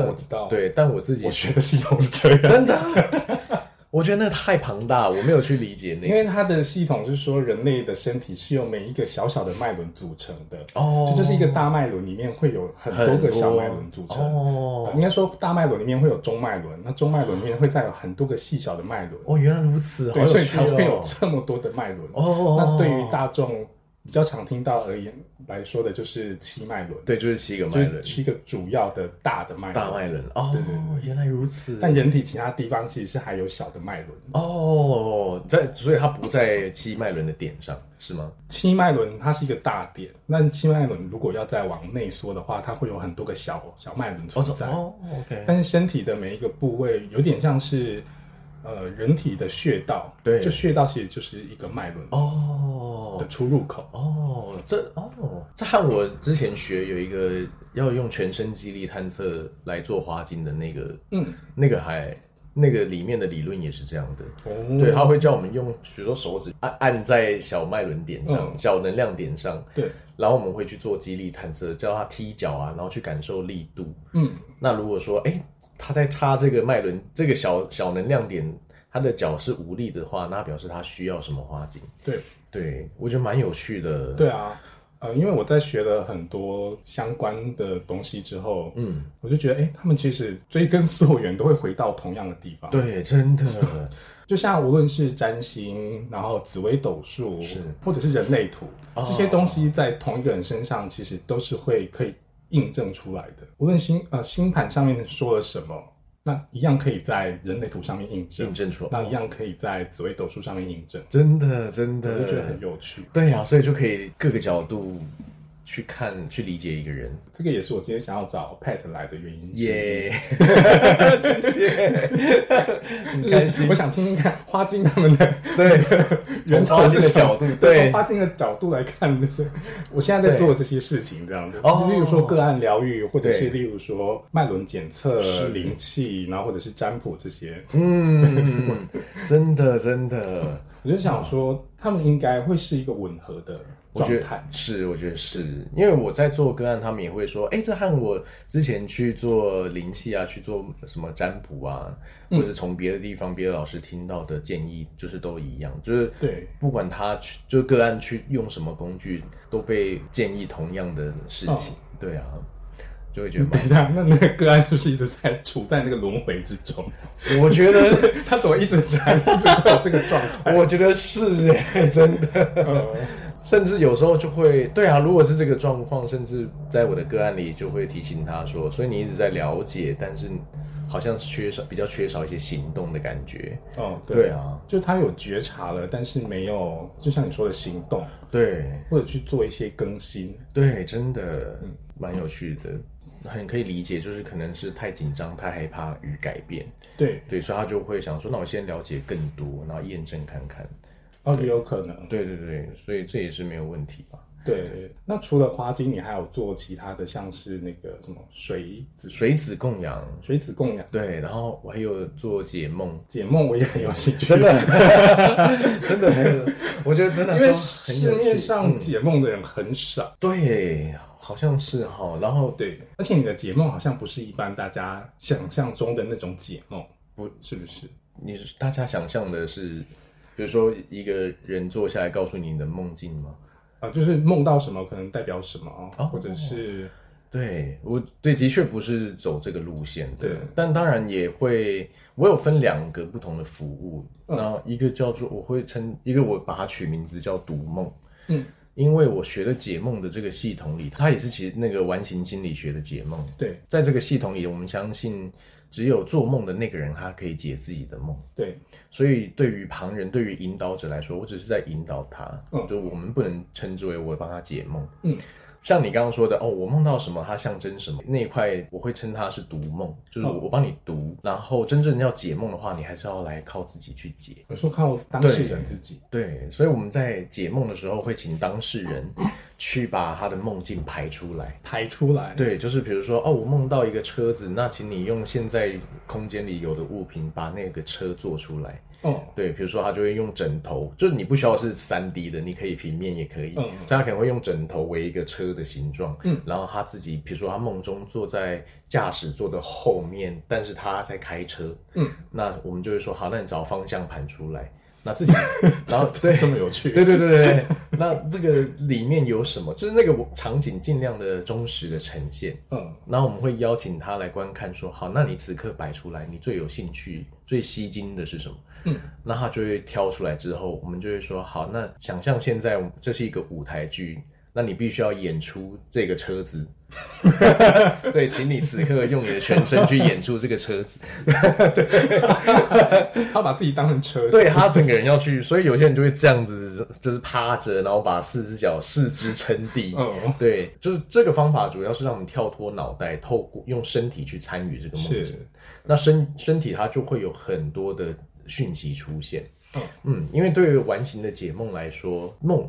Speaker 1: 哦我知道
Speaker 2: 对，但我自己
Speaker 1: 我学的系统是这样，
Speaker 2: 真的， 我觉得那太庞大，我没有去理解那
Speaker 1: 因
Speaker 2: 个
Speaker 1: 为它的系统是说人类的身体是由每一个小小的脉轮组成的，
Speaker 2: 哦
Speaker 1: 就这是一个大脉轮里面会有很多个小脉轮组成。
Speaker 2: 哦。
Speaker 1: 呃应该说，大脉轮里面会有中脉轮，那中脉轮里面会再有很多个细小的脉轮，
Speaker 2: 哦，原来如此，好
Speaker 1: 对，
Speaker 2: 有
Speaker 1: 所以
Speaker 2: 趣
Speaker 1: 才会有
Speaker 2: 哦。
Speaker 1: 这么多的脉轮。
Speaker 2: 哦哦
Speaker 1: 那对
Speaker 2: 哦
Speaker 1: 于大众比较常听到而言来说的，就是七脉轮，
Speaker 2: 对，就是七个脉
Speaker 1: 就
Speaker 2: 轮
Speaker 1: 是，七个主要的大的脉
Speaker 2: 大
Speaker 1: 轮。
Speaker 2: 脉轮。哦，原来如此。
Speaker 1: 但人体其他地方其实是还有小的脉轮。
Speaker 2: 哦，在所以它不在七脉轮的点上，是吗？
Speaker 1: 七脉轮它是一个大点，那七脉轮如果要再往内缩的话，它会有很多个小小脉轮
Speaker 2: 哦
Speaker 1: 存在。
Speaker 2: 哦，OK，
Speaker 1: 但是身体的每一个部位有点像是呃人体的穴道，
Speaker 2: 对
Speaker 1: 就穴道其实就是一个脉轮
Speaker 2: 哦
Speaker 1: 的出入口。
Speaker 2: 哦，这哦，这和我之前学有一个要用全身肌力探测来做花精的那个，嗯，那个还那个里面的理论也是这样的。
Speaker 1: 哦
Speaker 2: 对，他会叫我们用，比如说手指按按在小脉轮点上、
Speaker 1: 嗯
Speaker 2: 小能量点上，
Speaker 1: 对，
Speaker 2: 然后我们会去做肌力探测，叫他踢脚啊，然后去感受力度。
Speaker 1: 嗯，
Speaker 2: 那如果说，哎，他在插这个脉轮这个小小能量点，他的脚是无力的话，那表示他需要什么花精？
Speaker 1: 对
Speaker 2: 对，我觉得蛮有趣的。，
Speaker 1: 对啊，呃，因为我在学了很多相关的东西之后，嗯，我就觉得，哎、他们其实追根溯源都会回到同样的地方。
Speaker 2: 对，真的，
Speaker 1: 就像无论是占星，然后紫微斗数，或者是哦人类图，这些东西在同一个人身上，其实都是会可以印证出来的。无论星呃星盘上面说了什么，那一样可以在人类图上面印证，
Speaker 2: 印证出来
Speaker 1: 那一样可以在紫微斗数上面印证，
Speaker 2: 真的，真啊
Speaker 1: 我就觉得
Speaker 2: 的，
Speaker 1: 很有趣。
Speaker 2: 对呀、所以就可以各个角度去看、去理解一个人。
Speaker 1: 这个也是我今天想要找 Pat 来的原因之一。
Speaker 2: 耶、
Speaker 1: 就是
Speaker 2: 谢谢，很开 心
Speaker 1: 我。想听听看花镜他们的
Speaker 2: 对，
Speaker 1: 源
Speaker 2: 从
Speaker 1: 头
Speaker 2: 花
Speaker 1: 是
Speaker 2: 镜
Speaker 1: 什
Speaker 2: 的
Speaker 1: 么
Speaker 2: 角度，
Speaker 1: 从
Speaker 2: 对，
Speaker 1: 花镜的角度来看，就是我现在在做这些事情，这样子。
Speaker 2: 哦
Speaker 1: 例如说个案疗愈，或者是
Speaker 2: 对
Speaker 1: 例如说脉轮检测、
Speaker 2: 是
Speaker 1: 灵气，然后或者是占卜这些，
Speaker 2: 嗯，真的真的，
Speaker 1: 我就想说，他们应该会是一个吻合的
Speaker 2: 我
Speaker 1: 状
Speaker 2: 觉得
Speaker 1: 态。
Speaker 2: 是，我觉得是因为我在做个案，他们也会说，哎、这和我之前去做灵气啊，去做什么占卜啊，或
Speaker 1: 嗯
Speaker 2: 者从别的地方、别的老师听到的建议，就是都一样，就是
Speaker 1: 对，
Speaker 2: 不管他去，就是个案去用什么工具，都被建议同样的事情，
Speaker 1: 哦
Speaker 2: 对啊，就会觉 得
Speaker 1: 等一下，那那个个案是不是一直在处在那个轮回之中？
Speaker 2: 蛮，我觉得，
Speaker 1: 他怎么一直在一直会有这个状态？
Speaker 2: 我觉得是哎、真的。
Speaker 1: 呃
Speaker 2: 甚至有时候就会，对啊，如果是这个状况，甚至在我的个案里就会提醒他说，所以你一直在了解，但是好像是缺少比较缺少一些行动的感觉。
Speaker 1: 哦，对，
Speaker 2: 对啊，
Speaker 1: 就他有觉察了，但是没有，就像你说的行动，
Speaker 2: 对啊
Speaker 1: 或者去做一些更新。
Speaker 2: 对，真的蛮有趣的，很可以理解，就是可能是太紧张、太害怕与改变，
Speaker 1: 对，
Speaker 2: 对，所以他就会想说，那我先了解更多，然后验证看看。
Speaker 1: 哦，也有可能。
Speaker 2: 对对对，所以这也是没有问题吧？
Speaker 1: 对，那除了花精，你还有做其他的，像是那个什么水子
Speaker 2: 水子供养，
Speaker 1: 水子供养、
Speaker 2: 对，然后我还有做解梦。
Speaker 1: 解梦，我也很有兴趣。
Speaker 2: 真的， 真的很，我觉得真的
Speaker 1: 因为
Speaker 2: 都很
Speaker 1: 市
Speaker 2: 有
Speaker 1: 面
Speaker 2: 趣。
Speaker 1: 上解梦的人很少，
Speaker 2: 对，好像是哈。然后
Speaker 1: 对，而且你的解梦好像不是一般大家想象中的那种解梦，
Speaker 2: 不
Speaker 1: 是不是？
Speaker 2: 你大家想象的是，比如说一个人坐下来告诉你你的梦境吗？
Speaker 1: 啊、就是梦到什么可能代表什么，
Speaker 2: 哦
Speaker 1: 或者是
Speaker 2: 对我对的确不是走这个路线的
Speaker 1: 对，
Speaker 2: 但当然也会，我有分两个不同的服务，
Speaker 1: 嗯
Speaker 2: 然后一个叫做我会称一个我把它取名字叫读梦，
Speaker 1: 嗯，
Speaker 2: 因为我学的解梦的这个系统里，它也是其实那个完形心理学的解梦，
Speaker 1: 对
Speaker 2: 在这个系统里，我们相信只有做梦的那个人他可以解自己的梦，
Speaker 1: 对
Speaker 2: 所以对于旁人、对于引导者来说，我只是在引导他，
Speaker 1: 嗯
Speaker 2: 就我们不能称之为我帮他解梦。
Speaker 1: 嗯，
Speaker 2: 像你刚刚说的，哦，我梦到什么，它象征什么那一块，我会称它是读梦，就是
Speaker 1: 哦
Speaker 2: 我我帮你读，然后真正要解梦的话，你还是要来靠自己去解。
Speaker 1: 有时候靠当事人自己，
Speaker 2: 对，所以我们在解梦的时候，会请当事人去把他的梦境排出来。
Speaker 1: 排出来，
Speaker 2: 对，就是比如说，哦，我梦到一个车子，那请你用现在空间里有的物品把那个车做出来。
Speaker 1: 哦，
Speaker 2: 对，比如说他就会用枕头，就是你不需要是三 D 的，你可以平面也可以，
Speaker 1: 嗯
Speaker 2: 所以他可能会用枕头为一个车的形状，嗯，然后他自己，比如说他梦中坐在驾驶座的后面，但是他在开车，嗯，那我们就会说，好，那你找方向盘出来，那 自己，然后对，
Speaker 1: 这么有趣，
Speaker 2: 对对对对，对那这个里面有什么？就是那个场景尽量的忠实的呈现。
Speaker 1: 嗯，
Speaker 2: 然后我们会邀请他来观看说好，那你此刻摆出来，你最有兴趣、最吸睛的是什么？嗯，那他就会挑出来之后，我们就会说好，那想象现在这是一个舞台剧，那你必须要演出这个车子，所以请你此刻用你的全身去演出这个车子。
Speaker 1: 他把自己当成 车，
Speaker 2: 对他整个人要去，所以有些人就会这样子，就是趴着，然后把四只脚四肢撑地。
Speaker 1: 嗯
Speaker 2: 对，就是这个方法主要是让我们跳脱脑袋，透过用身体去参与这个梦
Speaker 1: 是
Speaker 2: 境。那身身体它就会有很多的讯息出现。
Speaker 1: 嗯
Speaker 2: 因为对于完形的解梦来说，梦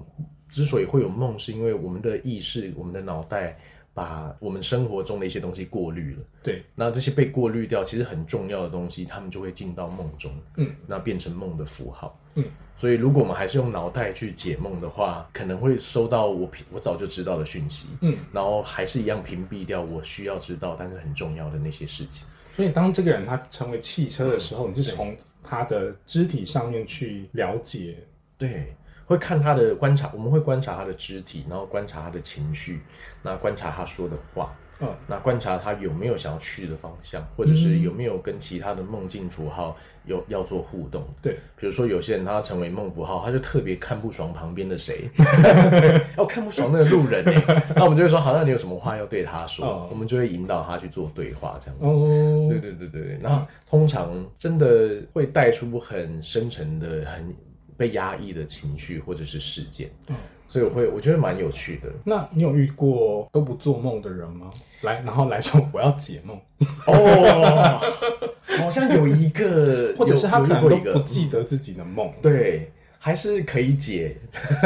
Speaker 2: 之所以会有梦，是因为我们的意识、我们的脑袋把我们生活中的一些东西过滤了。
Speaker 1: 对
Speaker 2: 那这些被过滤掉，其实很重要的东西，他们就会进到梦中，嗯，那变成梦的符号，
Speaker 1: 嗯。
Speaker 2: 所以，如果我们还是用脑袋去解梦的话，可能会收到我平我早就知道的讯息，嗯，然后还是一样屏蔽掉我需要知道但是很重要的那些事情。
Speaker 1: 所以当这个人他成为汽车的时候，你是从他的肢体上面去了解，
Speaker 2: 对，会看他的观察，我们会观察他的肢体，然后观察他的情绪，那观察他说的话，
Speaker 1: 嗯，
Speaker 2: 那观察他有没有想要去的方向，或者是有没有跟其他的梦境符号有要做互动。
Speaker 1: 对，
Speaker 2: 比如说有些人他成为梦符号，他就特别看不爽旁边的谁， 对，哦看不爽那个路人哎，那我们就会说好，那你有什么话要对他说？
Speaker 1: 哦
Speaker 2: 我们就会引导他去做对话这样子。
Speaker 1: 哦，
Speaker 2: 对对对对，对，那通常真的会带出很深沉的、很被压抑的情绪或者是事件。
Speaker 1: 哦
Speaker 2: 所以我会我觉得蛮有趣的。
Speaker 1: 那你有遇过都不做梦的人吗？来，然后来说我要解梦，
Speaker 2: 哦， 好像有一个，
Speaker 1: 或者是他可能
Speaker 2: 有
Speaker 1: 都
Speaker 2: 有遇过一
Speaker 1: 不
Speaker 2: 个
Speaker 1: 记得自己的梦。
Speaker 2: 对，还是可以解。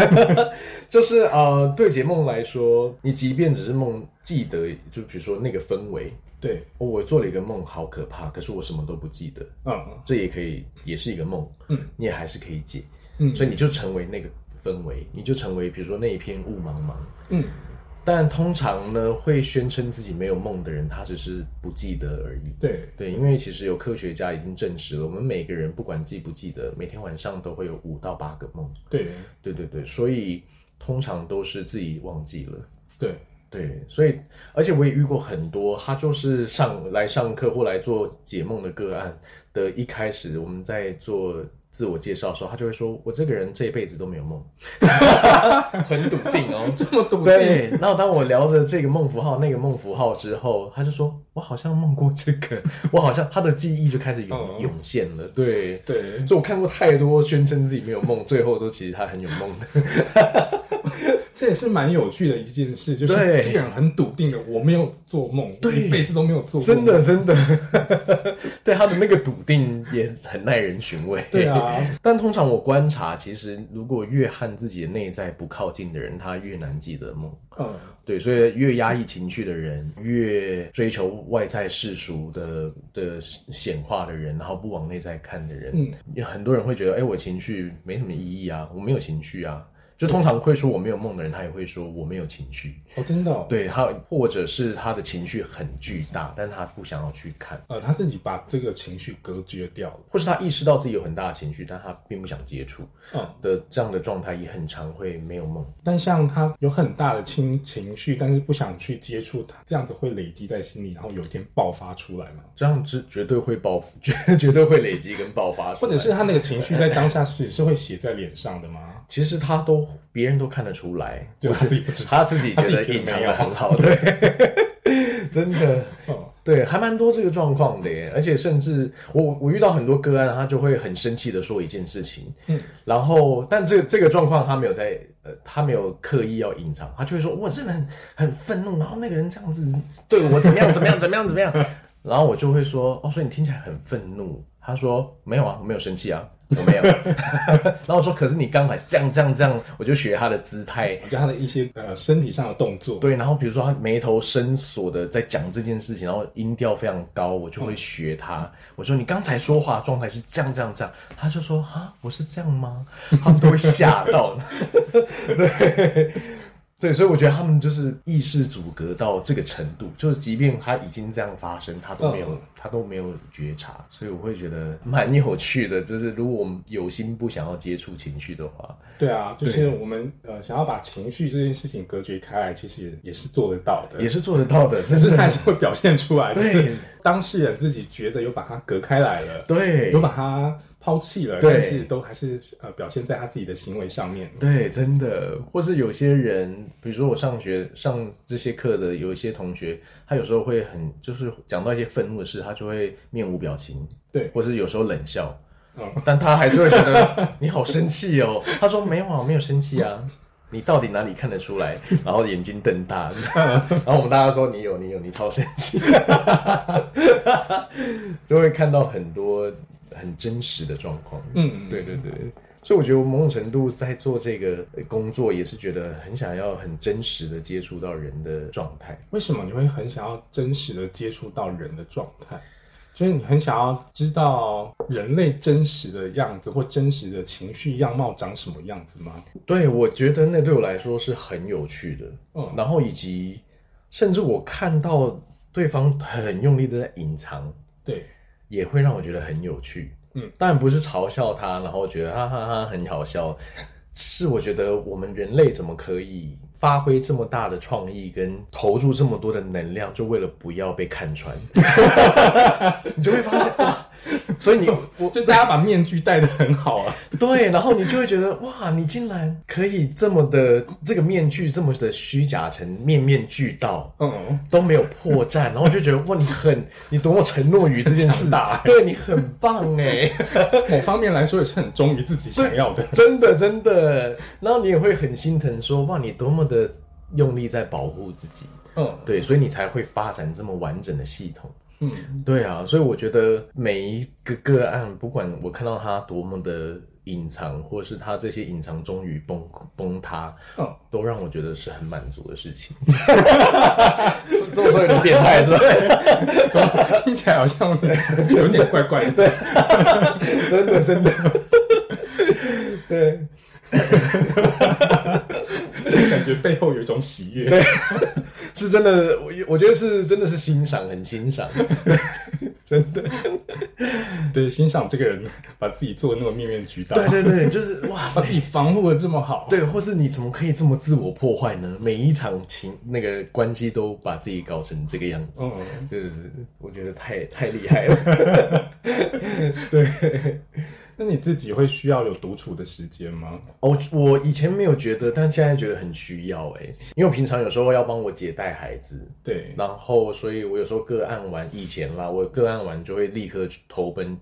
Speaker 2: 就是呃，对解梦来说，你即便只是梦记得，就比如说那个氛围，
Speaker 1: 对，
Speaker 2: 哦，我做了一个梦，好可怕，可是我什么都不记得，
Speaker 1: 嗯，
Speaker 2: 这也可以，也是一个梦，
Speaker 1: 嗯，
Speaker 2: 你也还是可以解，
Speaker 1: 嗯
Speaker 2: 所以你就成为那个氛围，你就成为比如说那一片雾茫茫，
Speaker 1: 嗯，
Speaker 2: 但通常呢，会宣称自己没有梦的人，他只是不记得而已。
Speaker 1: 对，
Speaker 2: 对，因为其实有科学家已经证实了，我们每个人不管记不记得，每天晚上都会有五到八个梦。
Speaker 1: 对，
Speaker 2: 对对对，所以通常都是自己忘记了。
Speaker 1: 对，
Speaker 2: 对，所以而且我也遇过很多，他就是上来上课或来做解梦的个案的，一开始我们在做自我介绍的时候，他就会说：“我这个人这辈子都没有梦。” 很笃定哦。
Speaker 1: 这么 笃定，
Speaker 2: 对，然后当我聊着这个梦符号、那个梦符号之后，他就说：“我好像梦过这个， 我好像他的记忆就开始涌、
Speaker 1: 哦
Speaker 2: 涌现了。”对，
Speaker 1: 对，
Speaker 2: 就我看过太多宣称自己没有梦，最后都其实他很有梦的。
Speaker 1: 这也是蛮有趣的一件事，就是
Speaker 2: 对
Speaker 1: 这个人很笃定的，我没有做梦，我
Speaker 2: 对
Speaker 1: 一辈子都没有做过，
Speaker 2: 真的，真的，对他的 那个笃定也很耐人寻味。
Speaker 1: 对啊，
Speaker 2: 但通常我观察，其实如果越和自己的内在不靠近的人，他越难记得梦。
Speaker 1: 嗯，
Speaker 2: 对，所以越压抑情绪的人，越追求外在世俗的的显化的人，然后不往内在看的人，
Speaker 1: 嗯
Speaker 2: 有很多人会觉得，哎、我情绪没什么意义啊，我没有情绪啊。就通常会说我没有梦的人，他也会说我没有情绪。
Speaker 1: 哦，真的、哦，
Speaker 2: 对他，或者是他的情绪很巨大，但他不想要去看。
Speaker 1: 呃，他自己把这个情绪隔绝掉了，
Speaker 2: 或是他意识到自己有很大的情绪，但他并不想接触
Speaker 1: 嗯，
Speaker 2: 的这样的状态，也很常会没有梦。
Speaker 1: 但像他有很大的情情绪，但是不想去接触他，这样子会累积在心里，然后有一天爆发出来嘛？
Speaker 2: 这样之绝对会爆，绝绝对会累积跟爆发出
Speaker 1: 或
Speaker 2: 来。
Speaker 1: 者是他那个情绪在当下是是会写在脸上的吗？
Speaker 2: 其实他都别人都看得出来，
Speaker 1: 就他自己不知道，
Speaker 2: 他自己觉
Speaker 1: 他自
Speaker 2: 得
Speaker 1: 己觉得
Speaker 2: 隐藏
Speaker 1: 没
Speaker 2: 的
Speaker 1: 有
Speaker 2: 很好， 对，真的。
Speaker 1: 哦，
Speaker 2: 对，还蛮多这个状况的耶，而且甚至我我遇到很多个案，他就会很生气的说一件事情，嗯，然后但这这个状况他没有在呃，他没有刻意要隐藏，他就会说我真的很很愤怒，然后那个人这样子对我怎么样怎么样怎么样怎么样， 然后我就会说哦，所以你听起来很愤怒，他说没有啊，我没有生气啊。我没有， 然后我说，可是你刚才这样这样这样，我就学他的姿态，
Speaker 1: 我觉得他的一些呃身体上的动作，
Speaker 2: 对，然后比如说他眉头深锁的在讲这件事情，然后音调非常高，我就会学他。我说你刚才说话状态是这样这样这样，他就说啊，我是这样吗？ 他们都会吓到。 对对，所以我觉得他们就是意识阻隔到这个程度，就是即便他已经这样发生，他都没有、他都没有觉察，所以我会觉得蛮有趣的。就是如果我们有心不想要接触情绪的话，
Speaker 1: 对啊，就是我们呃想要把情绪这件事情隔绝开来，其实也也是做得到的，
Speaker 2: 也是做得到的，
Speaker 1: 只
Speaker 2: 真
Speaker 1: 是它还
Speaker 2: 的。
Speaker 1: 是会表现出来，
Speaker 2: 对
Speaker 1: 就是当事人自己觉得有把它隔开来了，
Speaker 2: 对，
Speaker 1: 有把它抛弃了，
Speaker 2: 对
Speaker 1: 但是都还是呃表现在他自己的行为上面。
Speaker 2: 对，真的，或是有些人，比如说我上学上这些课的，有一些同学，他有时候会很，就是讲到一些愤怒的事，他就会面无表情，
Speaker 1: 对，
Speaker 2: 或是有时候冷笑，
Speaker 1: 嗯
Speaker 2: 但他还是会 觉得你好生气哦。他说没有啊，我没有生气啊，你到底哪里看得出来？然后眼睛瞪 大，然后我们大家说你有，你有，你超生气， 就会看到很多很真实的状况。
Speaker 1: 嗯，
Speaker 2: 对对对，所以我觉得我某种程度在做这个呃工作，也是觉得很想要很真实的接触到人的状态。
Speaker 1: 为什么你会很想要真实的接触到人的状态？就是你很想要知道人类真实的样子或真实的情绪样貌长什么样子吗？
Speaker 2: 对，我觉得那对我来说是很有趣的。
Speaker 1: 嗯
Speaker 2: 然后以及甚至我看到对方很用力的在隐藏，
Speaker 1: 对，
Speaker 2: 也会让我觉得很有趣。
Speaker 1: 嗯，
Speaker 2: 当然不是嘲笑他，然后觉得哈哈哈很好笑，是我觉得我们人类怎么可以发挥这么大的创意跟投 入这么多的能量，就为了不要被看穿，你就会发现哇，所以你我
Speaker 1: 就大家把面具戴的很好 啊。
Speaker 2: 对，然后你就会觉得哇，你竟然可以这么的这个面具这么的虚假成面面俱到，
Speaker 1: 嗯，
Speaker 2: 都没有破绽，然后我就觉得哇，你很你多么承诺于这 件事
Speaker 1: 很强大
Speaker 2: 对你很棒哎，
Speaker 1: 某方面来说也是很忠于自己想要的。
Speaker 2: 真的真的，然后你也会很心疼说哇，你多么的用力在保护自己，
Speaker 1: 嗯
Speaker 2: 对，所以你才会发展这么完整的系统。
Speaker 1: 嗯，
Speaker 2: 对啊，所以我觉得每一个个案，不管我看到他多么的隐藏，或是他这些隐藏终于崩崩塌，
Speaker 1: 嗯
Speaker 2: 都让我觉得是很满足的事情。是 这么说有点变 态是吧？
Speaker 1: 听起来好像有点怪怪 的。
Speaker 2: 真的真的，对
Speaker 1: 这感觉背后有一种喜悦。对，
Speaker 2: 是真的，我我觉得是真的是欣赏，很欣赏，真的。
Speaker 1: 欣赏这个人把自己做的那么面面俱到，
Speaker 2: 对对对，就是哇塞
Speaker 1: 把。自己防护的这么好。
Speaker 2: 对，或是你怎么可以这么自我破坏呢？每一场情那个关系都把自己搞成这个样子，
Speaker 1: 嗯，
Speaker 2: 对对对，对我觉得太太厉害了。
Speaker 1: 那你自己会需要有独处的时间吗？
Speaker 2: 哦，我以前没有觉得，但现在觉得很需要哎、因为我平常有时候要帮我姐带孩子，
Speaker 1: 对，
Speaker 2: 然后所以我有时候个案完以前啦，我个案完就会立刻去投奔，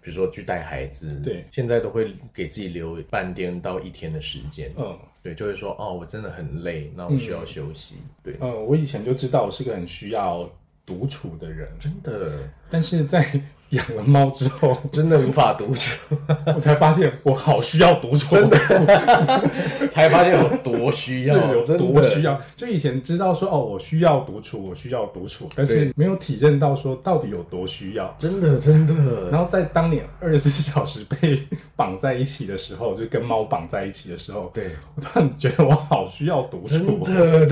Speaker 2: 比如说去带孩子，
Speaker 1: 对
Speaker 2: 现在都会给自己留半天到一天的时间，
Speaker 1: 嗯。
Speaker 2: 对，就会说哦，我真的很累，那我需要休息，对，
Speaker 1: 呃，我以前就知道我是个很需要独处的人，
Speaker 2: 真的
Speaker 1: 但是在养了猫之后，
Speaker 2: 真的无法独处，
Speaker 1: 我才发现我好需要独处，真的
Speaker 2: 才发现有多 需要，
Speaker 1: 有
Speaker 2: 真的
Speaker 1: 多需 要。就以前知道说哦，我需要独处，我需要独处，但是
Speaker 2: 对
Speaker 1: 没有体认到说到底有多需要。
Speaker 2: 真的真的，
Speaker 1: 然后在当年二十四小时被绑在一起的时候，就跟猫绑在一起的时候，
Speaker 2: 对。
Speaker 1: 我突然觉得我好需要独
Speaker 2: 真
Speaker 1: 处。
Speaker 2: 的，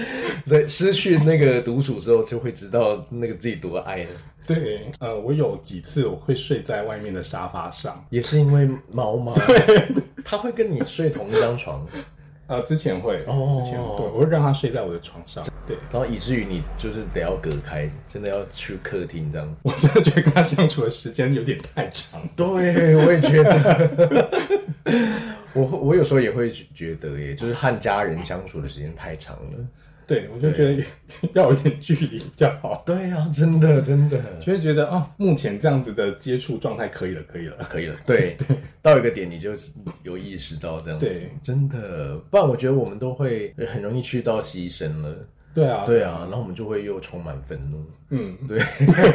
Speaker 2: 对，对，失去那个独处之后，就会知道那个自己多爱了。
Speaker 1: 对，呃，我有几次我会睡在外面的沙发上，
Speaker 2: 也是因为毛 毛，他会跟你睡同一张床，
Speaker 1: 呃，之前会，
Speaker 2: 哦
Speaker 1: 之前对，我会让它睡在我的床上。对
Speaker 2: 然后以至于你就是得要隔开，真的要去客厅这样子。
Speaker 1: 我真的觉得跟它相处的时间有点太长。
Speaker 2: 对，我也觉得。 我会我有时候也会觉得耶，就是和家人相处的时间太长了。
Speaker 1: 对，我就觉得 要有一点距离比较好。
Speaker 2: 对啊，真的真的
Speaker 1: 就会觉得哦，目前这样子的接触状态可以了，可以了。
Speaker 2: 可以了。对，到一个点你就有意识到这样子
Speaker 1: 对，
Speaker 2: 真的，不然我觉得我们都会很容易去到牺牲了。
Speaker 1: 对啊，
Speaker 2: 对啊，然后我们就会又充满愤怒。
Speaker 1: 嗯，
Speaker 2: 对，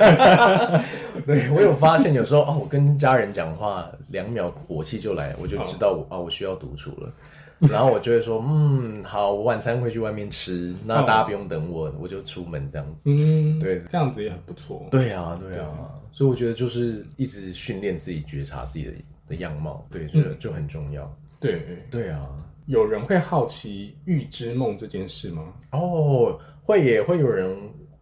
Speaker 2: 对我有发现，有时候哦，我跟家人讲话，两秒火气就来，我就知道我啊、我需要独处了。然后我就会说，嗯，好，我晚餐会去外面吃，那大家不用等我，我就出门这样子。
Speaker 1: 嗯，
Speaker 2: 对
Speaker 1: 这样子也很不错。
Speaker 2: 对啊，对啊，所以我觉得就是一直训练自己觉察自己的的样貌，对，这就很重要。
Speaker 1: 对，
Speaker 2: 嗯对啊，
Speaker 1: 有人会好奇预知梦这件事吗？
Speaker 2: 哦，会也会有人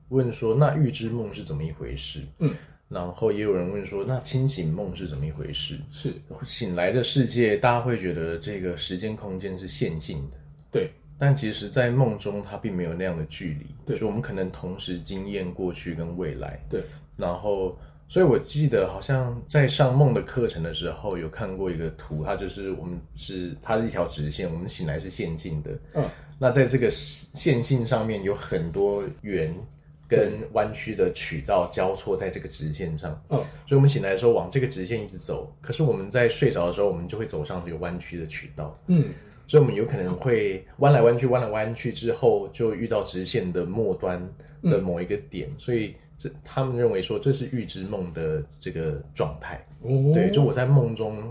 Speaker 2: 问说，那预知梦是怎么一回事？嗯，然后也有人问说，那清醒梦是怎么一回事？
Speaker 1: 是
Speaker 2: 醒来的世界，大家会觉得这个时间空间是线性的，
Speaker 1: 对，
Speaker 2: 但其实，在梦中它并没有那样的距离，
Speaker 1: 对
Speaker 2: 所以我们可能同时经验过去跟未来，
Speaker 1: 对，
Speaker 2: 然后。所以我记得好像在上梦的课程的时候，有看过一个图，它就是我们是它是一条直线，我们醒来是线性的，
Speaker 1: 嗯，
Speaker 2: 那在这个线性上面有很多圆跟弯曲的曲道交错在这个直线上，
Speaker 1: 嗯
Speaker 2: 所以我们醒来的时候往这个直线一直走，可是我们在睡着的时候，我们就会走上这个弯曲的渠道，
Speaker 1: 嗯，
Speaker 2: 所以我们有可能会弯来弯去，弯来弯去之后就遇到直线的末端的某一个点，所以这他们认为说这是预知梦的这个状态，
Speaker 1: 哦
Speaker 2: 对，就我在梦中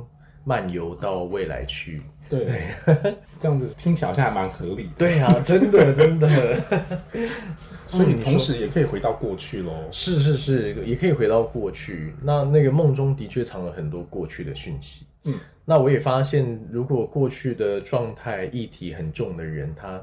Speaker 2: 漫游到未来去，
Speaker 1: 对， 这样子听起来好像还蛮合理的。
Speaker 2: 对啊，真的真的。
Speaker 1: 所以
Speaker 2: 嗯
Speaker 1: 你
Speaker 2: 你
Speaker 1: 同
Speaker 2: 说
Speaker 1: 时也可以回到过去喽。
Speaker 2: 是是是，也可以回到过去。那那个梦中的确藏了很多过去的讯息。
Speaker 1: 嗯，
Speaker 2: 那我也发现，如果过去的状态议题很重的人，他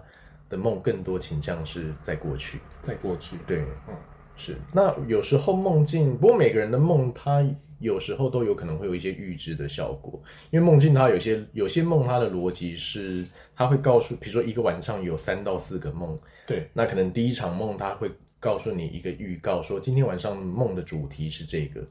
Speaker 2: 的梦更多倾向是在过去。
Speaker 1: 再过去，
Speaker 2: 对，
Speaker 1: 嗯，
Speaker 2: 是。那有时候梦境，不过每个人的梦，它有时候都有可能会有一些预知的效果，因为梦境它有些有些梦，它的逻辑是它会告诉，比如说一个晚上有三到四个梦，
Speaker 1: 对，
Speaker 2: 那可能第一场梦它会告诉你一个预告，说今天晚上梦的主题是这个，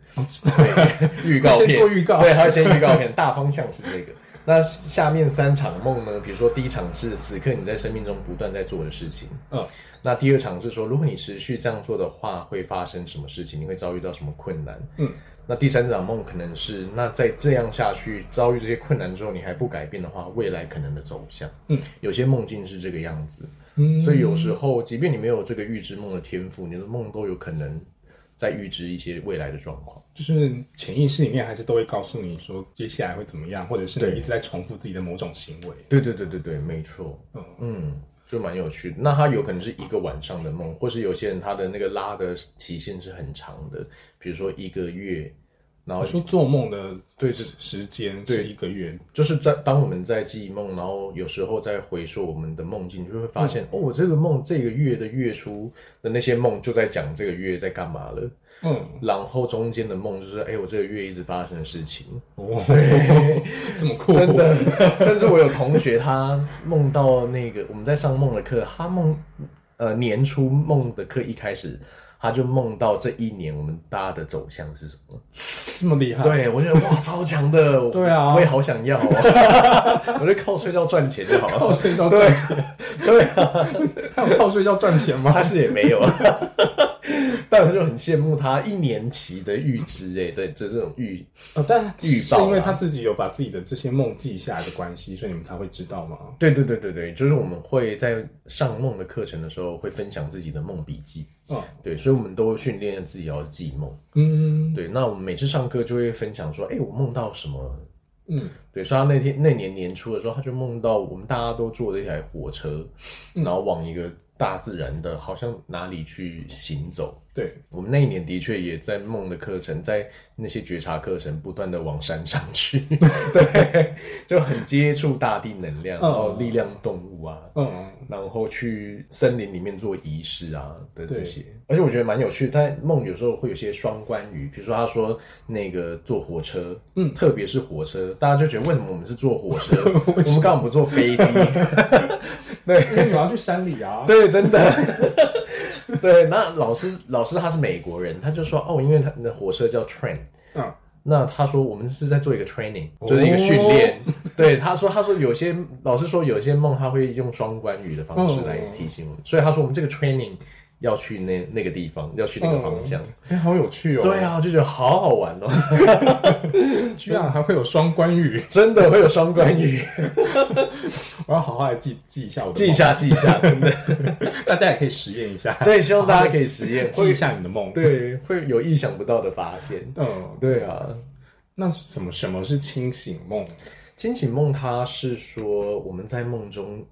Speaker 2: 预
Speaker 1: 要
Speaker 2: 告
Speaker 1: 哦先
Speaker 2: 片
Speaker 1: 做预告
Speaker 2: 对，还有先预告片，大方向是这个。那下面三场梦呢？比如说第一场是此刻你在生命中不断在做的事情，
Speaker 1: 嗯，
Speaker 2: 那第二场是说，如果你持续这样做的话，会发生什么事情？你会遭遇到什么困难？
Speaker 1: 嗯，
Speaker 2: 那第三场梦可能是，那在这样下去，遭遇这些困难之后，你还不改变的话，未来可能的走向，
Speaker 1: 嗯，
Speaker 2: 有些梦境是这个样子，
Speaker 1: 嗯
Speaker 2: 所以有时候，即便你没有这个预知梦的天赋，你的梦都有可能在预知一些未来的状况。
Speaker 1: 就是潜意识里面还是都会告诉你说接下来会怎么样，或者是你
Speaker 2: 对
Speaker 1: 一直在重复自己的某种行为。
Speaker 2: 对对对对对，没错，嗯，就蛮有趣的。那它有可能是一个晚上的梦，或是有些人他的那个拉的期限是很长的，比如说一个月，然后
Speaker 1: 我说做梦的
Speaker 2: 哦对对
Speaker 1: 时时间是一个月，
Speaker 2: 就是在当我们在记忆梦，然后有时候在回溯我们的梦境，就会发现、哦，我这个梦这个月的月初的那些梦就在讲这个月在干嘛了，
Speaker 1: 嗯，
Speaker 2: 然后中间的梦就是哎、我这个月一直发生的事情，
Speaker 1: 哦， 这么酷，
Speaker 2: 真的，甚至我有同学他梦到那个我们在上梦的课，他梦呃年初梦的课一开始，他就梦到这一年我们大家的走向是什么？
Speaker 1: 这么厉害，
Speaker 2: 对我觉得哇超强的，
Speaker 1: 对啊
Speaker 2: 我也好想要、哦， 我就靠睡觉赚钱就好
Speaker 1: 靠
Speaker 2: 了。
Speaker 1: 睡觉赚钱，
Speaker 2: 对啊，
Speaker 1: 他有靠睡觉赚 钱吗
Speaker 2: 他？是也没有，但我就很羡慕他一年期的预知哎，对，这这种预
Speaker 1: 哦，但
Speaker 2: 预
Speaker 1: 是
Speaker 2: 报啦
Speaker 1: 因为他自己有把自己的这些梦记下来的关系，所以你们才会知道吗？
Speaker 2: 对对对对对，就是我们会在上梦的课程的时候会分享自己的梦笔记。
Speaker 1: 嗯
Speaker 2: 对，所以我们都会训练自己要记梦。
Speaker 1: 嗯
Speaker 2: 对，那我们每次上课就会分享说，哎、我梦到什么？
Speaker 1: 嗯，
Speaker 2: 对，所以他那天那年年初的时候，他就梦到我们大家都坐着一台火车，
Speaker 1: 嗯
Speaker 2: 然后往一个大自然的好像哪里去行走。
Speaker 1: 对，
Speaker 2: 我们那一年的确也在梦的课程，在那些觉察课程不断的往山上去， 对，就很接触大地能量，然后力量动物啊，
Speaker 1: 嗯，
Speaker 2: 然后去森林里面做仪式啊的
Speaker 1: 对
Speaker 2: 这些，而且我觉得蛮有趣的。但梦有时候会有些双关语，比如说他说那个坐火车，嗯，特别是火车，大家就觉得为什么我们是坐火车，我们干嘛不坐飞机？
Speaker 1: 因为你们要去山里啊，
Speaker 2: 对，真的， 对。那老师老师他是美国人，他就说哦，因为他的火车叫 train，
Speaker 1: 嗯，哦
Speaker 2: 那他说我们是在做一个 training，就是一个训练。对，他说他说有些老师说有些梦他会用双关语的方式来
Speaker 1: 嗯
Speaker 2: 提醒我们，所以他说我们这个 training 要去那那个地方，要去那个方向。
Speaker 1: 哎，好有趣哦，
Speaker 2: 对，啊，我就觉得好好玩哦，
Speaker 1: 居然还会有双关语，
Speaker 2: 真的会有双关 语，
Speaker 1: 我要好好来记记一下我的，
Speaker 2: 记一，下记一 下，真的。
Speaker 1: 大家也可以实验一下，
Speaker 2: 对，希望大家可以实验，
Speaker 1: 记一
Speaker 2: 会
Speaker 1: 下你的梦，，
Speaker 2: 对会有意想不到的发现。
Speaker 1: 嗯，
Speaker 2: 对啊，
Speaker 1: 那什么什么是清醒梦？
Speaker 2: 清醒梦，它是说我们在梦中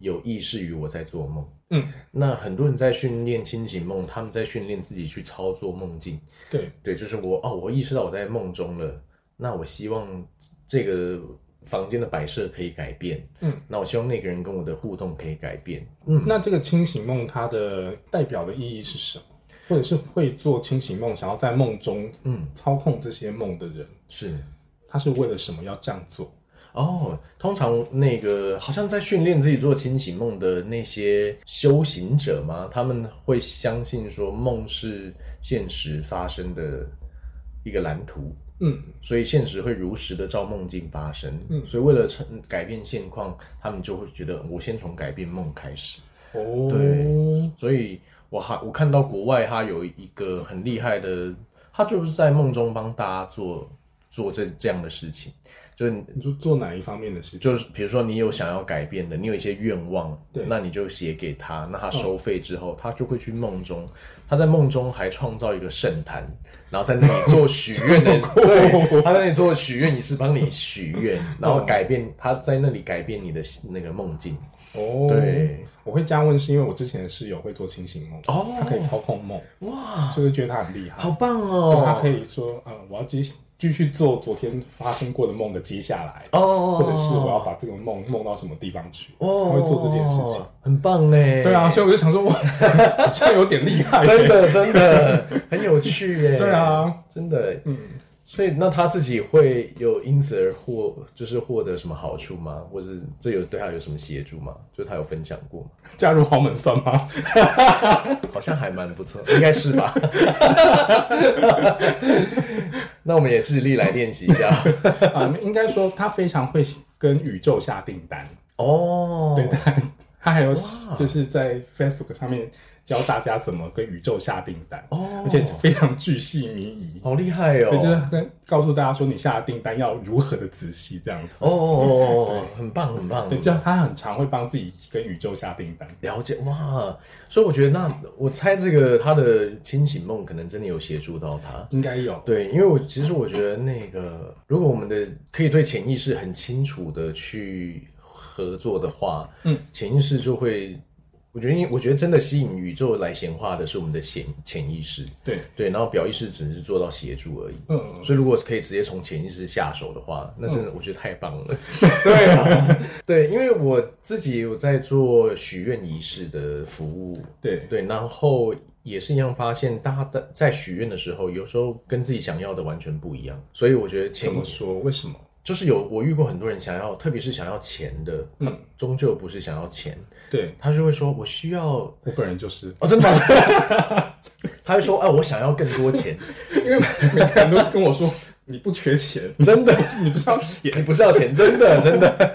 Speaker 2: 有意识于我在做梦。
Speaker 1: 嗯，
Speaker 2: 那很多人在训练清醒梦，他们在训练自己去操作梦境。
Speaker 1: 对，
Speaker 2: 对，就是我哦，我意识到我在梦中了。那我希望这个房间的摆设可以改变。
Speaker 1: 嗯，
Speaker 2: 那我希望那个人跟我的互动可以改变。
Speaker 1: 那这个清醒梦它的代表的意义是什么？或者是会做清醒梦，想要在梦中
Speaker 2: 嗯，
Speaker 1: 操控这些梦的人，
Speaker 2: 是。
Speaker 1: 他是为了什么要这样做？
Speaker 2: 哦，通常那个好像在训练自己做清醒梦的那些修行者嘛，他们会相信说梦是现实发生的一个蓝图，
Speaker 1: 嗯，
Speaker 2: 所以现实会如实的照梦境发生。
Speaker 1: 嗯
Speaker 2: 所以为了成改变现况，他们就会觉得我先从改变梦开始。
Speaker 1: 哦，
Speaker 2: 对所以我还我看到国外他有一个很厉害的，他就是在梦中帮大家做做这这样的事情，就是
Speaker 1: 你就做哪一方面的事情？
Speaker 2: 就是比如说你有想要改变的，你有一些愿望，
Speaker 1: 对嗯
Speaker 2: 那你就写给他，那他收费之后，他就会去梦中，他在梦中还创造一个圣坛，然后在那里做许 愿的，对，他在那里做许愿仪式，帮你许 愿，然
Speaker 1: 嗯
Speaker 2: 后改变他在那里改变你的那个梦境，
Speaker 1: 哦，
Speaker 2: 对，
Speaker 1: 我会这样问，是因为我之前的室友会做清醒梦，
Speaker 2: 哦
Speaker 1: 他可以操控梦，
Speaker 2: 哇，
Speaker 1: 就是觉得他很厉害，
Speaker 2: 好棒
Speaker 1: 对啊他可
Speaker 2: 哦，
Speaker 1: 以说，嗯，我要继继续做昨天发生过的梦的接下来，
Speaker 2: 哦，
Speaker 1: 或者是我要把这个梦梦到什么地方去，
Speaker 2: 哦，
Speaker 1: 他会做这件事情。，
Speaker 2: 很棒嘞，
Speaker 1: 对啊，所以我就想说，哇，好像有点厉害、
Speaker 2: 真，的真的很有趣 耶，
Speaker 1: 对啊，
Speaker 2: 真的，嗯，所以那他自己会有因此而获，就是获得什么好处吗？或者是这有对他有什么协助吗？就他有分享过吗？
Speaker 1: 嫁入豪门算吗？
Speaker 2: 好像还蛮不错，应该是吧。那我们也致力来练习一下
Speaker 1: 啊、应该说他非常会跟宇宙下订单。
Speaker 2: 哦。
Speaker 1: 对，他他还有就是在 Facebook 上面教大家怎么跟宇宙下订单，
Speaker 2: 哦
Speaker 1: 而且非常巨细靡遗。
Speaker 2: 好厉害哦！
Speaker 1: 对，就是跟告诉大家说你下的订单要如何的仔细这样子。
Speaker 2: 哦哦哦哦，很棒很棒，
Speaker 1: 对，就他很常会帮自己跟宇宙下订单。
Speaker 2: 了解哇！所以我觉得那我猜这个他的清醒梦可能真的有协助到他。
Speaker 1: 应该有，
Speaker 2: 对，因为我其实我觉得那个，如果我们的可以对潜意识很清楚的去合作的话，嗯，潜意识就会，我觉得因为我觉得真的吸引宇宙来显化的是我们的潜潜意识，
Speaker 1: 对，
Speaker 2: 对，然后表意识只是做到协助而已。
Speaker 1: 嗯，
Speaker 2: 所以如果可以直接从潜意识下手的话，那真的我觉得太棒 了。对啊，对，因为我自己有在做许愿仪式的服务，
Speaker 1: 对，
Speaker 2: 对，然后也是一样发现，大家的在许愿的时候，有时候跟自己想要的完全不一样，所以我觉得潜
Speaker 1: 怎么说？为什么？
Speaker 2: 就是有我遇过很多人想要，特别是想要钱的，嗯，终究不是想要钱，
Speaker 1: 对
Speaker 2: 他就会说我需要
Speaker 1: 我本人 就是，
Speaker 2: 哦，真的吗， 他会说哎、我想要更多钱，
Speaker 1: 因为每个人都跟我说你不缺钱，
Speaker 2: 真的。
Speaker 1: 你不是要钱？
Speaker 2: 你不是要钱，真的真的。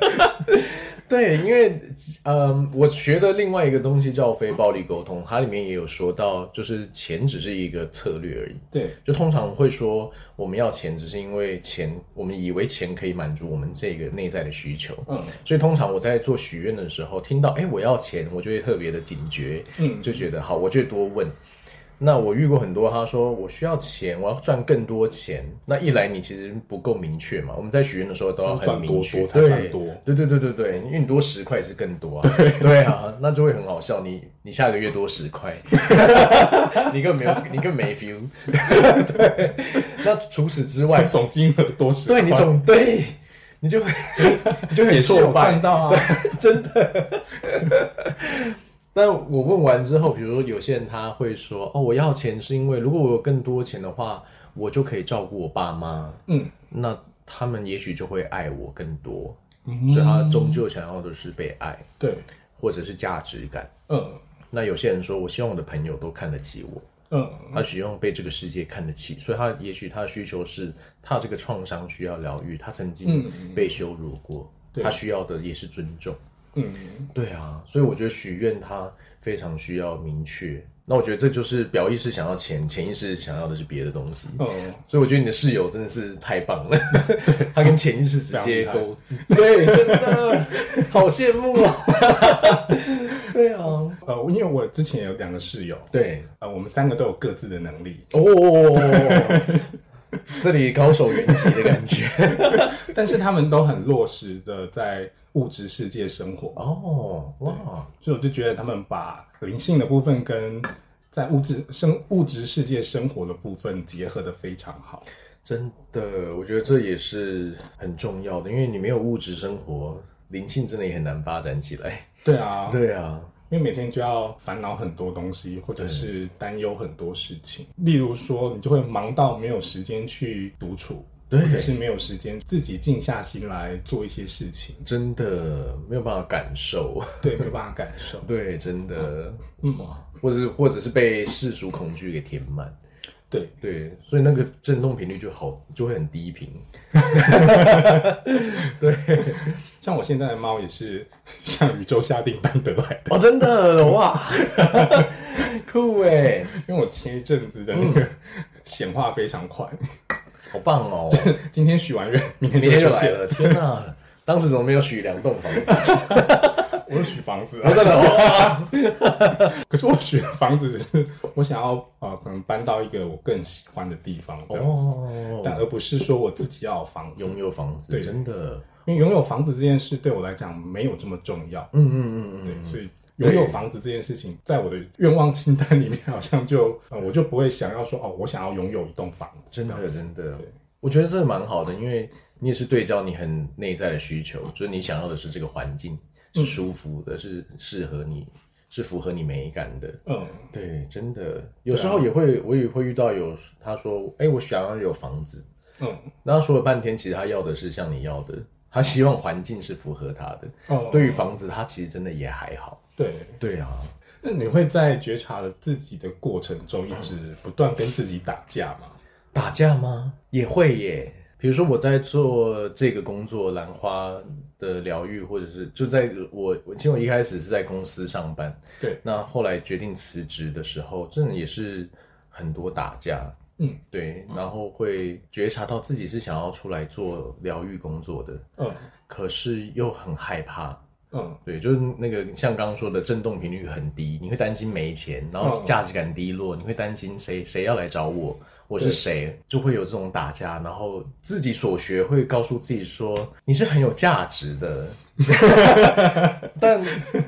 Speaker 2: 对，因为嗯，我学的另外一个东西叫非暴力沟通，它里面也有说到，就是钱只是一个策略而已。
Speaker 1: 对，
Speaker 2: 就通常会说我们要钱，只是因为钱，我们以为钱可以满足我们这个内在的需求。
Speaker 1: 嗯，
Speaker 2: 所以通常我在做许愿的时候，听到哎、诶我要钱，我就会特别的警觉，嗯，就觉得好，我就多问。那我遇过很多，他说我需要钱，我要赚更多钱。那一来你其实不够明确嘛，我们在许愿的时候都要
Speaker 1: 要赚
Speaker 2: 很
Speaker 1: 多
Speaker 2: 明确，
Speaker 1: 多才算多
Speaker 2: 对对对对对，因为你多十块也是更多啊，对啊，那就会很好笑。你你下个月多十块，你更没有，你更没 feel。对，那除此之外，
Speaker 1: 总金额多十块，
Speaker 2: 对你总对，你就 会你就会
Speaker 1: 也
Speaker 2: 很
Speaker 1: 是我
Speaker 2: 挫败
Speaker 1: 办。到啊。
Speaker 2: 但我问完之后，比如说有些人他会说：“哦，我要钱是因为如果我有更多钱的话，我就可以照顾我爸妈。”
Speaker 1: 嗯，
Speaker 2: 那他们也许就会爱我更多，所以他终究想要的是被爱，
Speaker 1: 对，
Speaker 2: 或者是价值感。
Speaker 1: 嗯
Speaker 2: 那有些人说：“我希望我的朋友都看得起我。”
Speaker 1: 嗯，
Speaker 2: 他希望被这个世界看得起，所以他也许他的需求是，他这个创伤需要疗愈，他曾经被羞辱过，他需要的也是尊重。嗯，对啊，所以我觉得许愿他非常需要明确。那我觉得这就是表意识想要钱，潜意识想要的是别的东西。
Speaker 1: 嗯，
Speaker 2: 所以我觉得你的室友真的是太棒了， 他跟潜意识直
Speaker 1: 非
Speaker 2: 接
Speaker 1: 常
Speaker 2: 沟， 对，真的好羡慕 哦。对啊，
Speaker 1: 呃，因为我之前有两个室友，
Speaker 2: 对，
Speaker 1: 呃，我们三个都有各自的能力，
Speaker 2: 哦，这里高手云集的感 觉。
Speaker 1: 但是他们都很落实的在物质世界生活，
Speaker 2: 哦，哇，
Speaker 1: 所以我就觉得他们把灵性的部分跟在物质生物质世界生活的部分结合的非常好。
Speaker 2: 真的，我觉得这也是很重要的，因为你没有物质生活，灵性真的也很难发展起来。
Speaker 1: 对啊，
Speaker 2: 对啊，
Speaker 1: 因为每天就要烦恼很多东西，或者是担忧很多事情。例如说，你就会忙到没有时间去独处，或
Speaker 2: 对
Speaker 1: 者是没有时间自己静下心来做一些事情，
Speaker 2: 真的没有办法感受。
Speaker 1: 对，没有办法感受。
Speaker 2: 对，真的，嗯，或者是或者是被世俗恐惧给填满。
Speaker 1: 对，
Speaker 2: 对，所以那个震动频率就好，就会很低频。
Speaker 1: 像我现在的猫也是 向宇宙下订单得来的，
Speaker 2: 哦，真的哇， 酷哎，
Speaker 1: 因为我前一阵子的那
Speaker 2: 嗯
Speaker 1: 个显化非常快，
Speaker 2: 好棒 哦！
Speaker 1: 今天许完愿，明 天
Speaker 2: 明天就
Speaker 1: 就
Speaker 2: 来
Speaker 1: 写
Speaker 2: 了，天哪！当时怎么没有许两栋房子？
Speaker 1: 我有许房子
Speaker 2: 我
Speaker 1: 啊，
Speaker 2: 哦真的哇！
Speaker 1: 可是我许的房子只是我想要呃，可能搬到一个我更喜欢的地方这样子，
Speaker 2: 哦，
Speaker 1: 但而不是说我自己要有房子，
Speaker 2: 拥有房子，
Speaker 1: 对
Speaker 2: 真的，
Speaker 1: 因为拥有房子这件事对我来讲没有这么重要，
Speaker 2: 嗯嗯嗯
Speaker 1: 对，所以。拥有
Speaker 2: 对
Speaker 1: 房子这件事情，在我的愿望清单里面，好像就、呃、我就不会想要说哦，我想要拥有一栋房子。
Speaker 2: 真的真的
Speaker 1: 对，
Speaker 2: 我觉得这蛮好的，因为你也是对照你很内在的需求，就是你想要的是这个环境是舒服的，是适合你，是符合你美感的。
Speaker 1: 嗯，
Speaker 2: 啊对，真的，有时候也会，我也会遇到有他说，哎、我想要有房子，
Speaker 1: 嗯，
Speaker 2: 那他说了半天，其实他要的是像你要的，他希望环境是符合他的。
Speaker 1: 哦，
Speaker 2: 对于房子，他其实真的也还好。
Speaker 1: 对，
Speaker 2: 对啊，
Speaker 1: 那你会在觉察了自己的过程中，一直不断跟自己打架吗？
Speaker 2: 打架吗？也会耶。比如说我在做这个工作，兰花的疗愈，或者是就在我，我其实我一开始是在公司上班，
Speaker 1: 对，
Speaker 2: 那后来决定辞职的时候，真的也是很多打架，
Speaker 1: 嗯，
Speaker 2: 对，然后会觉察到自己是想要出来做疗愈工作的，
Speaker 1: 嗯
Speaker 2: 可是又很害怕，
Speaker 1: 嗯，
Speaker 2: 对，就是那个像刚刚说的，震动频率很低，你会担心没钱，然后
Speaker 1: 嗯
Speaker 2: 价值感低落，你会担心谁谁要来找我，我是谁，就会有这种打架，然后自己所学会告诉自己说你是很有价值的， 但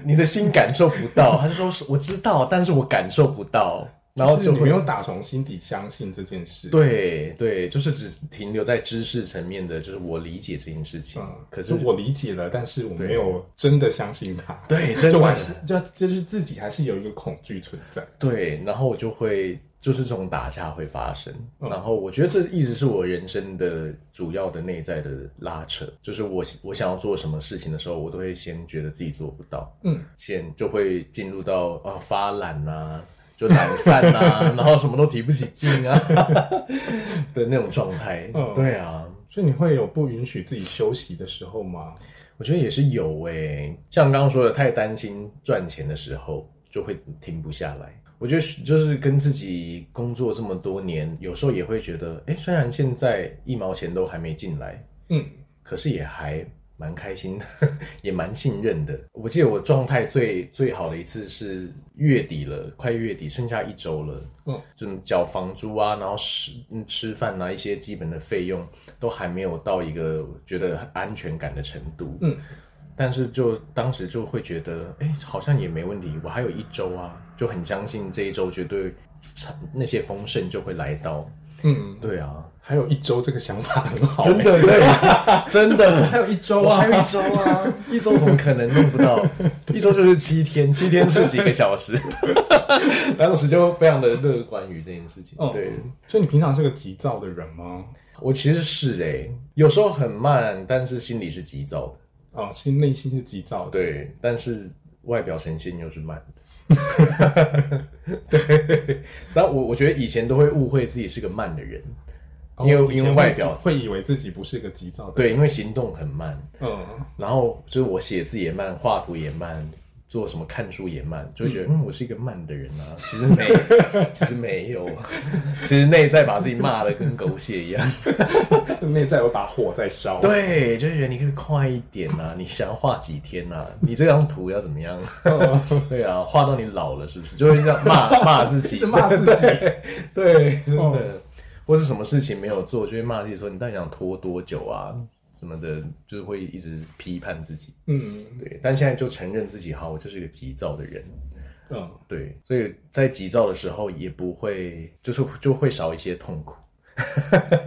Speaker 2: 你的心感受不到，他就说是我知道，但是我感受不到，然后
Speaker 1: 就是
Speaker 2: 就
Speaker 1: 你
Speaker 2: 会
Speaker 1: 没有打从心底相信这件事。，
Speaker 2: 对对，就是只停留在知识层面的，就是我理解这件事情，
Speaker 1: 嗯，
Speaker 2: 可
Speaker 1: 可
Speaker 2: 是
Speaker 1: 是我理解了，但是我没有真的相信他。
Speaker 2: 对真的
Speaker 1: 就还是就就是自己还是有一个恐惧存在。
Speaker 2: 对，然后我就会就是这种打架会发生，
Speaker 1: 嗯
Speaker 2: 然后我觉得这一直是我人生的主要的内在的拉扯，就是我我想要做什么事情的时候，我都会先觉得自己做不到，
Speaker 1: 嗯，
Speaker 2: 先就会进入到啊发懒啊，就懒散 啊，然后什么都提不起劲啊 的那种状态，
Speaker 1: 嗯
Speaker 2: 对啊。
Speaker 1: 所以你会有不允许自己休息的时候吗？
Speaker 2: 我觉得也是有诶、像刚刚说的，太担心赚钱的时候就会停不下来。我觉得就是跟自己工作这么多年，有时候也会觉得，诶、虽然现在一毛钱都还没进来，
Speaker 1: 嗯，
Speaker 2: 可是也还蛮开心的， 也蛮信任的。我记得我状态最最好的一次是月底了，快月底，剩下一周了，
Speaker 1: 嗯，
Speaker 2: 就是缴房租啊，然后吃嗯吃饭啊，一些基本的费用都还没有到一个觉得很安全感的程度，
Speaker 1: 嗯，
Speaker 2: 但是就当时就会觉得，哎、好像也没问题，我还有一周啊，就很相信这一周绝对那些丰盛就会来到，
Speaker 1: 嗯，
Speaker 2: 对啊，
Speaker 1: 还有一周这个想法很好、
Speaker 2: 真
Speaker 1: 欸，
Speaker 2: 的对 啊，真的。
Speaker 1: 还有一周
Speaker 2: 我
Speaker 1: 啊
Speaker 2: 还，有一周啊，一周怎么可能弄不 到？一周就是七天，七天是几个小时。当时就非常的乐观于这件事情。
Speaker 1: 嗯
Speaker 2: 对，
Speaker 1: 所以你平常是个急躁的人吗？
Speaker 2: 我其实是诶、有时候很慢，但是心里是急躁的。
Speaker 1: 哦，心内心是急躁的。
Speaker 2: 对，但是外表呈现又 是慢的。对，但我我觉得以前都会误会自己是个慢的人，
Speaker 1: 哦
Speaker 2: 因为
Speaker 1: 以前
Speaker 2: 因为
Speaker 1: 会
Speaker 2: 外表
Speaker 1: 会以为自己不是个急躁的人。
Speaker 2: 对，因为行动很慢，
Speaker 1: 嗯，
Speaker 2: 然后就是我写字也慢，画图也慢，做什么看书也慢，就会觉得嗯我是一个慢的人啊。其 实没，其实没有，其实内在把自己骂的跟狗血 一样。
Speaker 1: 内在有把火在烧。
Speaker 2: 对，就是觉得你可以快一点啊，你想要画几天啊？你这张图要怎么样？
Speaker 1: 嗯
Speaker 2: 对啊，画到你老了是不是？就会这样 骂骂自己，
Speaker 1: 一直骂自己
Speaker 2: 对， 真
Speaker 1: 哦
Speaker 2: 的，或是什么事情没有做，就会骂自己说你到底想拖多久啊？什么的，就是会一直批判自己。
Speaker 1: 嗯
Speaker 2: 对，但现在就承认自己，好，我就是一个急躁的人。
Speaker 1: 嗯，
Speaker 2: 对，所以在急躁的时候也不会，就是就会少一些痛苦。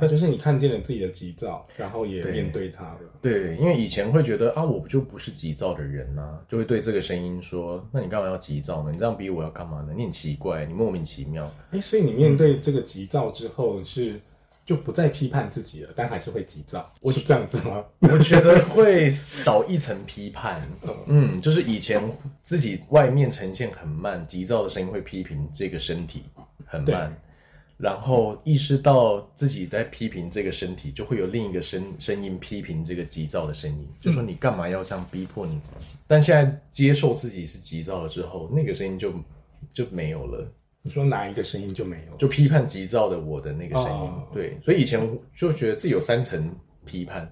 Speaker 1: 就是你看见了自己的急躁，然后也面对它了。
Speaker 2: 对，因为以前会觉得啊，我就不是急躁的人呐、啊，就会对这个声音说，那你干嘛要急躁呢？你这样逼我要干嘛呢？你很奇怪，你莫名其妙。
Speaker 1: 哎、所以你面对这个急躁之后是。就不再批判自己了，但还是会急躁，我是这样子吗？
Speaker 2: 我觉得会少一层批判，嗯，就是以前自己外面呈现很慢，急躁的声音会批评这个身体很慢，然后意识到自己在批评这个身体，就会有另一个声声音批评这个急躁的声音，就说你干嘛要这样逼迫你自己？但现在接受自己是急躁了之后，那个声音就就没有了。
Speaker 1: 你说哪一个声音就没有了？
Speaker 2: 就批判急躁的我的那个声音，
Speaker 1: 哦
Speaker 2: 对，所以以前就觉得自己有三层批判，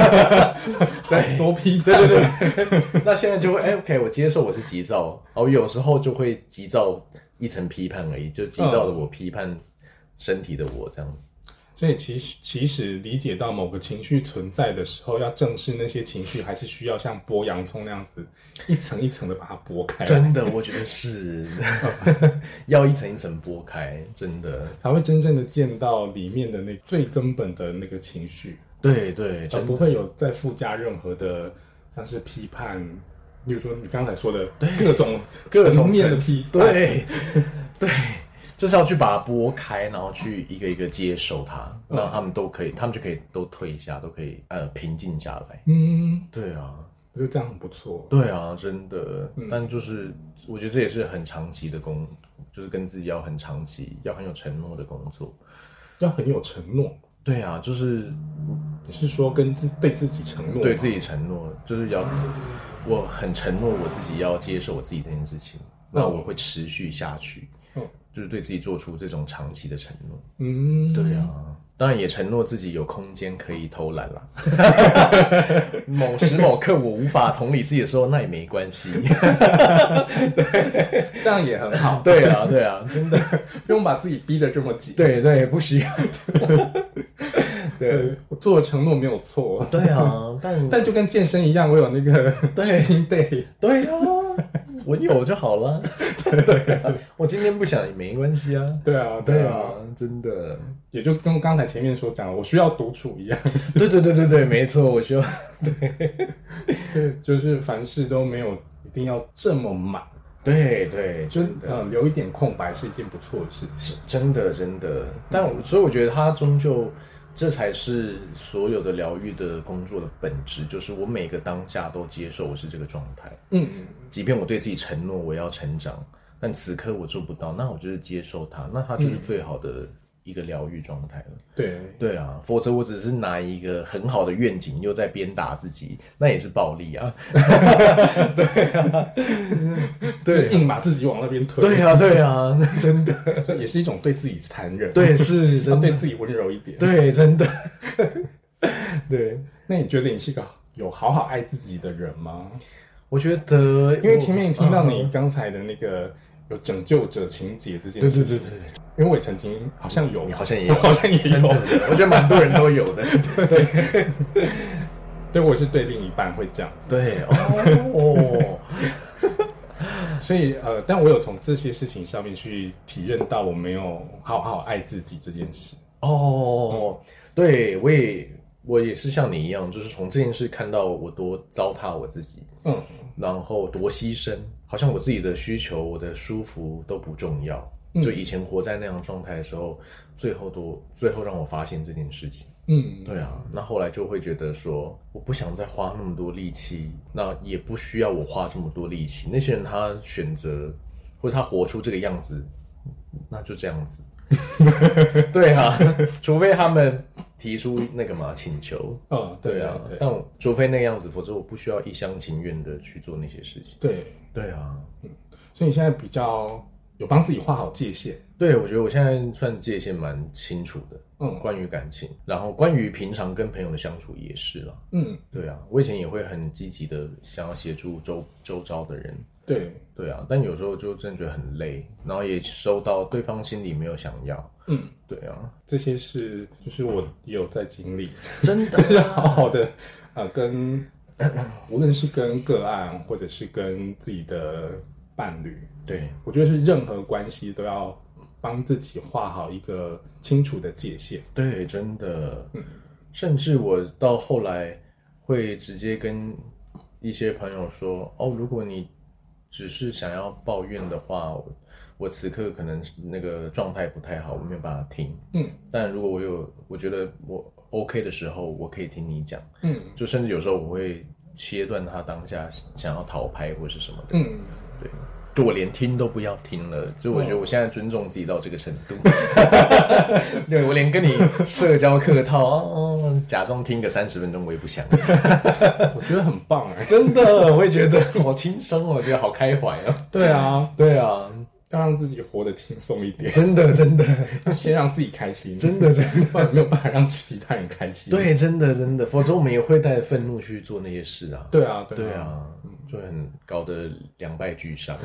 Speaker 1: 好多批判，
Speaker 2: 对对对，那现在就会哎、o k 我接受我是急躁，哦，有时候就会急躁一层批判而已，就急躁的我批判身体的我这样子。
Speaker 1: 所以其实其实理解到某个情绪存在的时候，要正视那些情绪，还是需要像剥洋葱那样子，一层一层的把它剥开，
Speaker 2: 真的，我觉得是 要一层一层剥开，真的，
Speaker 1: 才会真正的见到里面的那最根本的那个情绪，
Speaker 2: 对对，
Speaker 1: 而
Speaker 2: 真的
Speaker 1: 不会有再附加任何的像是批判，例如说你刚才说的各种
Speaker 2: 各种
Speaker 1: 层面的
Speaker 2: 层
Speaker 1: 批判，
Speaker 2: 对对，就是要去把它剥开，然后去一个一个接受它，然后他们都可以，他们就可以都退一下，都可以呃平静下来。
Speaker 1: 嗯，
Speaker 2: 对啊，
Speaker 1: 我觉得这样很不错。
Speaker 2: 对啊，真的。但就是我觉得这也是很长期的工，就是跟自己要很长期，要很有承诺的工作。
Speaker 1: 要很有承诺，
Speaker 2: 对啊，就是
Speaker 1: 你是说跟自对自己承诺？
Speaker 2: 对自，己承诺，就是要我很承诺我自己要接受我自己这件事情，那我会持续下去，
Speaker 1: 嗯
Speaker 2: 就是对自己做出这种长期的承诺。
Speaker 1: 嗯，
Speaker 2: 对啊，当然也承诺自己有空间可以偷懒啦。 某时某刻我无法同理自己的时候，那也没关系。
Speaker 1: 这样也很好，
Speaker 2: 对啊，对啊，真的，
Speaker 1: 不用把自己逼得这么 紧。
Speaker 2: 对对，不需要。
Speaker 1: 对，我做的承诺没有错，
Speaker 2: 对啊，但
Speaker 1: 但就跟健身一样，我有那个 training day，
Speaker 2: 对 啊，我有就好了。对 对啊，我今天不想也没关系啊。
Speaker 1: 对啊，
Speaker 2: 对
Speaker 1: 对啊，
Speaker 2: 啊，真的。
Speaker 1: 也就跟刚才前面所讲的，我需要独处一样，
Speaker 2: 对对对对对，没错，我需要。
Speaker 1: 对，就是凡事都没有一定要这么满，
Speaker 2: 对对，
Speaker 1: 就
Speaker 2: 真的，
Speaker 1: 呃留一点空白是一件不错的事情。
Speaker 2: 真的真的。但我所以我觉得它终究，这才是所有的疗愈的工作的本质，就是我每个当下都接受我是这个状态，
Speaker 1: 嗯，嗯
Speaker 2: 即便我对自己承诺我要成长，但此刻我做不到，那我就是接受它，那它就是最好的一个疗愈状态了。
Speaker 1: 对，
Speaker 2: 对啊，否则我只是拿一个很好的愿景，又在鞭打自己，那也是暴力啊！ 对
Speaker 1: 就硬把自己往那边推，
Speaker 2: 啊对啊，对啊，真的，
Speaker 1: 这也是一种对自己残忍，，
Speaker 2: 对，是
Speaker 1: 要
Speaker 2: 真
Speaker 1: 对
Speaker 2: 的，
Speaker 1: 自己温柔一点。
Speaker 2: 对，真的， 对。
Speaker 1: 那你觉得你是个有好好爱自己的人吗？
Speaker 2: 我觉得，
Speaker 1: 因为前面听到
Speaker 2: 嗯
Speaker 1: 你刚才的那个有拯救者情节这件
Speaker 2: 对
Speaker 1: 事
Speaker 2: 对
Speaker 1: 情，
Speaker 2: 对对，
Speaker 1: 因为我也曾经好像有
Speaker 2: 你，好像也有，
Speaker 1: 好像也
Speaker 2: 真的
Speaker 1: 有，
Speaker 2: 我觉得蛮多人都有的。
Speaker 1: 对我也是对另一半会这样，
Speaker 2: 对哦，
Speaker 1: 所以呃，但我有从这些事情上面去体认到我没有好好爱自己这件事。
Speaker 2: 哦哦，对我也我也是像你一样，就是从这件事看到我多糟蹋我自己，
Speaker 1: 嗯，
Speaker 2: 然后多牺牲，好像我自己的需求、我的舒服都不重要。就以前活在那样的状态的时候，最后都最后让我发现这件事情。
Speaker 1: 嗯，
Speaker 2: 对啊，那后来就会觉得说，我不想再花那么多力气，那也不需要我花这么多力气。那些人他选择或者他活出这个样子，那就这样 子。对啊，除非他们提出那个嘛请求。
Speaker 1: 哦，对啊，对
Speaker 2: 但我除非那个样子，否则我不需要一厢情愿的去做那些事情。
Speaker 1: 对，
Speaker 2: 对啊，
Speaker 1: 所以你现在比较有帮自己画好界限。
Speaker 2: 对我觉得我现在算界限蛮清楚的，
Speaker 1: 嗯
Speaker 2: 关于感情，然后关于平常跟朋友的相处也是啦。
Speaker 1: 嗯，
Speaker 2: 对啊，我以前也会很积极的想要协助周周遭的人，
Speaker 1: 对，
Speaker 2: 对啊，但有时候就真的觉得很累，然后也收到对方心里没有想要，
Speaker 1: 嗯，
Speaker 2: 对啊，
Speaker 1: 这些是就是我也有在经历，
Speaker 2: 真
Speaker 1: 就是好好的呃，跟无论是跟个案或者是跟自己的伴侣，
Speaker 2: 对
Speaker 1: 我觉得是任何关系都要帮自己画好一个清楚的界限。
Speaker 2: 对，真的，
Speaker 1: 嗯
Speaker 2: 甚至我到后来会直接跟一些朋友说，哦，如果你只是想要抱怨的话，我我此刻可能那个状态不太好，我没有办法听，
Speaker 1: 嗯，
Speaker 2: 但如果我有我觉得我 OK 的时候，我可以听你讲。
Speaker 1: 嗯
Speaker 2: 就甚至有时候我会切断他当下想要逃拍或是什么的，
Speaker 1: 嗯，哦
Speaker 2: 就我连听都不要听了。就我觉得我现在尊重自己到这个程度， 对我连跟你社交客套，哦，假装听个三十分钟我也不想，
Speaker 1: 我觉得很棒哎、
Speaker 2: 真的，我也觉得好轻松哦，我觉得好开怀哦。
Speaker 1: 对啊，
Speaker 2: 对啊，
Speaker 1: 要让自己活得轻松一点，
Speaker 2: 真的，真的，
Speaker 1: 要先让自己开心，
Speaker 2: 真的，真的。
Speaker 1: 不然没有办法让其他人开心。
Speaker 2: 对，真的真的，否则我们也会带愤怒去做那些事啊。
Speaker 1: 对啊，
Speaker 2: 对
Speaker 1: 对啊，
Speaker 2: 啊，就很搞得两败俱伤。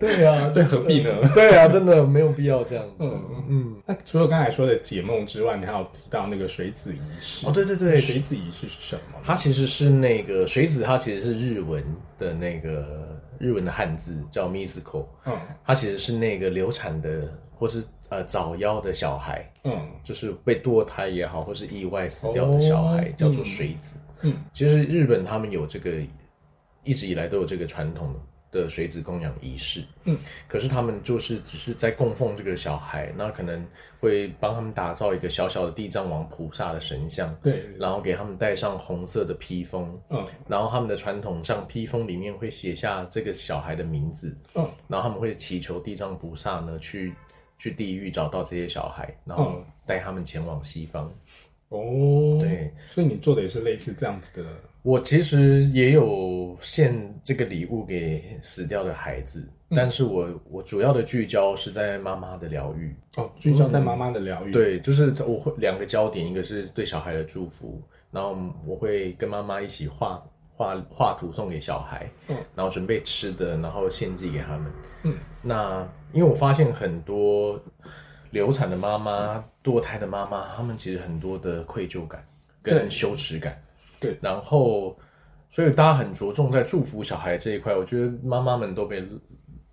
Speaker 2: 对啊，
Speaker 1: 呃对，何必呢？
Speaker 2: 对啊，真的没有必要这样子。
Speaker 1: 那除了刚才说的解梦之外，你还有提到那个水子仪式
Speaker 2: 哦，。对对对，
Speaker 1: 水子仪式是什么？
Speaker 2: 它其实是那个水子，它其实是日文的那个日文的汉字叫 Misco，
Speaker 1: 嗯
Speaker 2: 它其实是那个流产的或是呃早夭的小孩，
Speaker 1: 嗯
Speaker 2: 就是被堕胎也好，或是意外死掉的小孩，
Speaker 1: 哦嗯
Speaker 2: 叫做水子。嗯，其实日本他们有这个，一直以来都有这个传统的水子供养仪式，嗯，可是他们就是只是在供奉这个小孩，那可能会帮他们打造一个小小的地藏王菩萨的神像，
Speaker 1: 对，
Speaker 2: 然后给他们戴上红色的披风，
Speaker 1: 嗯
Speaker 2: 然后他们的传统上披风里面会写下这个小孩的名字，
Speaker 1: 嗯
Speaker 2: 然后他们会祈求地藏菩萨呢去去地狱找到这些小孩，然后带他们前往西方。
Speaker 1: 哦，
Speaker 2: 对，
Speaker 1: 所以你做的也是类似这样子的，
Speaker 2: 我其实也有献这个礼物给死掉的孩子，
Speaker 1: 嗯
Speaker 2: 但是我我主要的聚焦是在妈妈的疗愈。
Speaker 1: 哦，聚焦在妈妈的疗愈，，
Speaker 2: 嗯对，就是我会两个焦点，一个是对小孩的祝福，然后我会跟妈妈一起画画画图送给小孩，
Speaker 1: 嗯
Speaker 2: 然后准备吃的，然后献祭给他们。嗯，那因为我发现很多流产的妈妈、堕胎的妈妈，她们其实很多的愧疚感
Speaker 1: 对
Speaker 2: 跟羞耻感。
Speaker 1: 对
Speaker 2: 然后所以大家很着重在祝福小孩这一块，我觉得妈妈们都被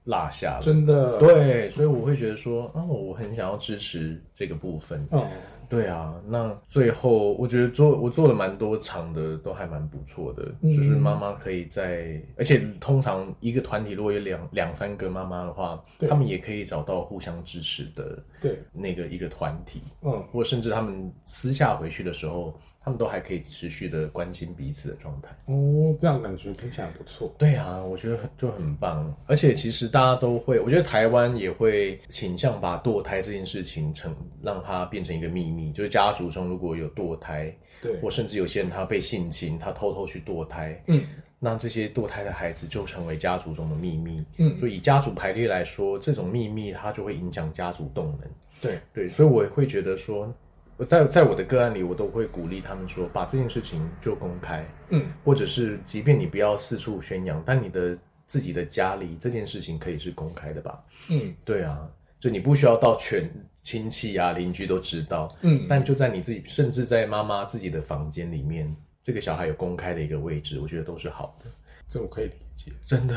Speaker 2: 落下了。
Speaker 1: 真的，
Speaker 2: 对，所以我会觉得说，啊，我很想要支持这个部分。
Speaker 1: 嗯，
Speaker 2: 对啊，那最后我觉得做我做了蛮多场的，都还蛮不错的。就是妈妈可以在，而且通常一个团体如果有两两三个妈妈的话，
Speaker 1: 对
Speaker 2: 他们也可以找到互相支持的
Speaker 1: 对，
Speaker 2: 那个一个团体，
Speaker 1: 嗯，
Speaker 2: 或甚至他们私下回去的时候，他们都还可以持续的关心彼此的状态。
Speaker 1: 哦，这样感觉听起来不错，
Speaker 2: 对啊，我觉得很就很棒，而且其实大家都会，我觉得台湾也会倾向把堕胎这件事情成让它变成一个秘密，就是家族中如果有堕胎，
Speaker 1: 对，
Speaker 2: 或甚至有些人他被性侵，他偷偷去堕胎，
Speaker 1: 嗯，
Speaker 2: 那这些堕胎的孩子就成为家族中的秘密，
Speaker 1: 嗯，
Speaker 2: 所以以家族排列来说，这种秘密它就会影响家族动能，
Speaker 1: 对，
Speaker 2: 对，所以我也会觉得说，我在在我的个案里，我都会鼓励他们说，把这件事情就公开，
Speaker 1: 嗯，
Speaker 2: 或者是即便你不要四处宣扬，但你的自己的家里这件事情可以是公开的吧？
Speaker 1: 嗯，
Speaker 2: 对啊，就你不需要到全亲戚啊、邻居都知道，
Speaker 1: 嗯，
Speaker 2: 但就在你自己，甚至在妈妈自己的房间里面，这个小孩有公开的一个位置，我觉得都是好的，
Speaker 1: 这我可以理解，
Speaker 2: 真的。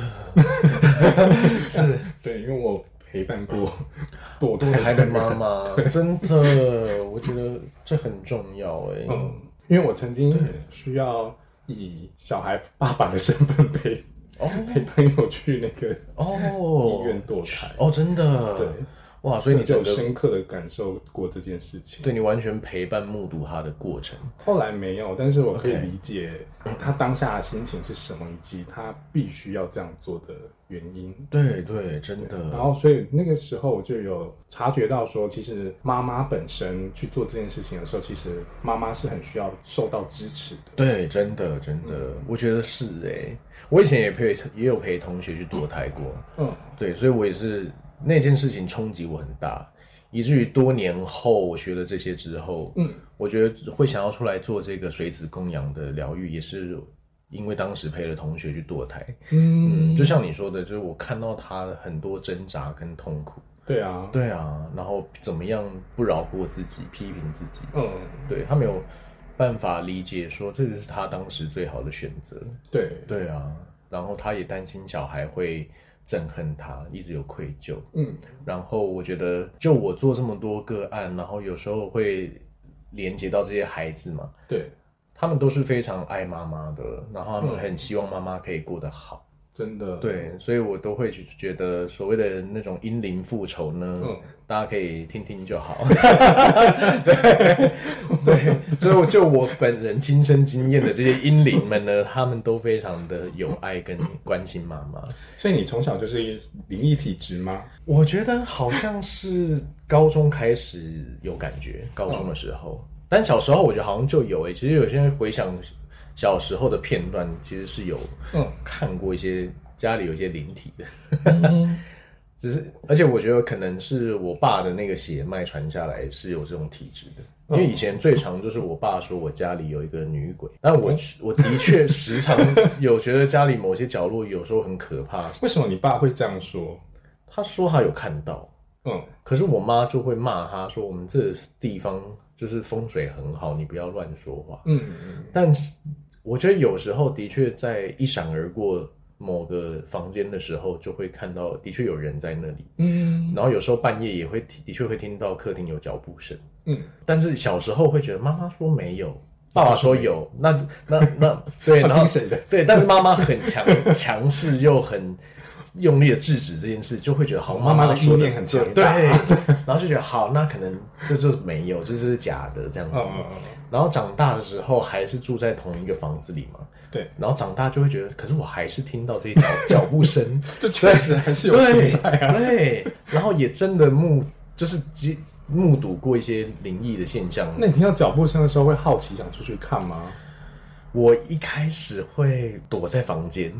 Speaker 1: 对，因为我陪伴过堕
Speaker 2: 对，
Speaker 1: 胎
Speaker 2: 孩的妈 妈，真的，我觉得这很重要哎、
Speaker 1: 嗯，因为我曾经需要以小孩爸爸的身份陪、陪朋友去那个
Speaker 2: 哦，
Speaker 1: 医院堕胎，
Speaker 2: 哦，真的，
Speaker 1: 对，
Speaker 2: 哇，所以你
Speaker 1: 就
Speaker 2: 整
Speaker 1: 有
Speaker 2: 个
Speaker 1: 深刻的感受过这件事情。
Speaker 2: 对你完全陪伴目睹他的过程，
Speaker 1: 后来没有，但是我可以
Speaker 2: OK
Speaker 1: 理解他当下的心情是什么，以及他必须要这样做的原因。
Speaker 2: 对对，真
Speaker 1: 然
Speaker 2: 的，
Speaker 1: 后，所以那个时候我就有察觉到说，其实妈妈本身去做这件事情的时候，其实妈妈是很需要受到支持的。
Speaker 2: 对，真的真的，我觉得是哎、我以前也陪也有陪同学去堕胎过，
Speaker 1: 嗯，
Speaker 2: 对，所以我也是那件事情冲击我很大，以至于多年后我学了这些之后，嗯，我觉得会想要出来做这个水子供养的疗愈，也是因为当时陪了同学去堕胎，嗯，就像你说的，就是我看到他很多挣扎跟痛苦，
Speaker 1: 对啊，
Speaker 2: 对啊，然后怎么样不饶过自己，批评自己，
Speaker 1: 嗯，
Speaker 2: 对他没有办法理解说这个是他当时最好的选择，
Speaker 1: 对，
Speaker 2: 对啊，然后他也担心小孩会憎恨他，一直有愧疚。
Speaker 1: 嗯，
Speaker 2: 然后我觉得，就我做这么多个案，然后有时候会连接到这些孩子嘛，
Speaker 1: 对，
Speaker 2: 他们都是非常爱妈妈的，然后他们很希望妈妈可以过得好。
Speaker 1: 真的，，
Speaker 2: 对，所以我都会去觉得所谓的那种因灵复仇呢，
Speaker 1: 嗯
Speaker 2: 大家可以听听就好。对，对，所以我就我本人亲身经验的这些英灵们呢，他们都非常的有爱跟关心妈妈。
Speaker 1: 所以你从小就是灵异体质吗？
Speaker 2: 我觉得好像是高中开始有感觉，高中的时候，但小时候我觉得好像就有诶、其实有些人回想小时候的片段，其实是有
Speaker 1: 嗯
Speaker 2: 看过一些家里有一些灵体的， 只是而且我觉得可能是我爸的那个血脉传下来是有这种体质的。因为以前最常就是我爸说我家里有一个女鬼，但我我的确时常有觉得家里某些角落有时候很可怕。
Speaker 1: 为什么你爸会这样说？
Speaker 2: 他说他有看到，
Speaker 1: 嗯，
Speaker 2: 可是我妈就会骂他说：“我们这地方就是风水很好，你不要乱说话。”嗯，但是我觉得有时候的确在一闪而过某个房间的时候，就会看到的确有人在那里。嗯，然后有时候半夜也会的确会听到客厅有脚步声。
Speaker 1: 嗯，哦
Speaker 2: 但是小时候会觉得妈妈说没有，爸爸说有，那那 那对，然后
Speaker 1: 听谁的？
Speaker 2: 对，但是妈妈很强 强势又很用力的制止这件事，就会觉得好，
Speaker 1: 妈妈
Speaker 2: 妈
Speaker 1: 的
Speaker 2: 说
Speaker 1: 意
Speaker 2: 的
Speaker 1: 念很强
Speaker 2: 对，
Speaker 1: 大
Speaker 2: 然后就觉得好，那可能这就是没有，这就是假的这样子。
Speaker 1: 嗯嗯嗯
Speaker 2: 然后长大的时候还是住在同一个房子里嘛，
Speaker 1: 对，
Speaker 2: 然后长大就会觉得，可是我还是听到这一脚 脚步声，
Speaker 1: 这确实还 是有存
Speaker 2: 对
Speaker 1: 在啊。
Speaker 2: 对，然后也真的目就是即目睹过一些灵异的现象。
Speaker 1: 那你听到脚步声的时候，会好奇想出去看吗？
Speaker 2: 我一开始会躲在房间，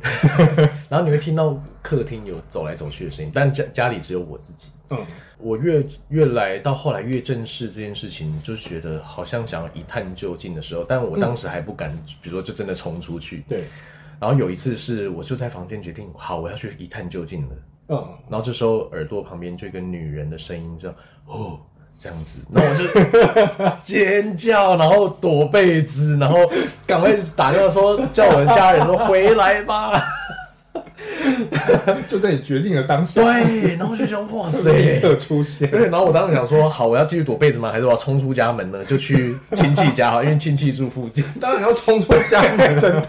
Speaker 2: 然后你会听到客厅有走来走去的声音，但家家里只有我自己。
Speaker 1: 嗯，
Speaker 2: 我越越来到后来越正视这件事情，就是觉得好像想要一探究竟的时候，但我当时还不敢，比如说就真的冲出去。
Speaker 1: 对，
Speaker 2: 然后有一次是我就在房间决定，好，我要去一探究竟了。
Speaker 1: 嗯，
Speaker 2: 然后这时候耳朵旁边就有一个女人的声音，这样哦这样子，然后我 就尖叫，然后躲被子，然后赶快打电话说叫我的家人说回来吧。
Speaker 1: 就在你决定的当下，
Speaker 2: 对，然后我就想哇
Speaker 1: 立
Speaker 2: 塞。
Speaker 1: 刻出现。
Speaker 2: 对，然后我当时想说，好，我要继续躲被子吗？还是我要冲出家门呢？就去亲戚家哈，因为亲戚住附近。
Speaker 1: 当然要冲出家门， 真的。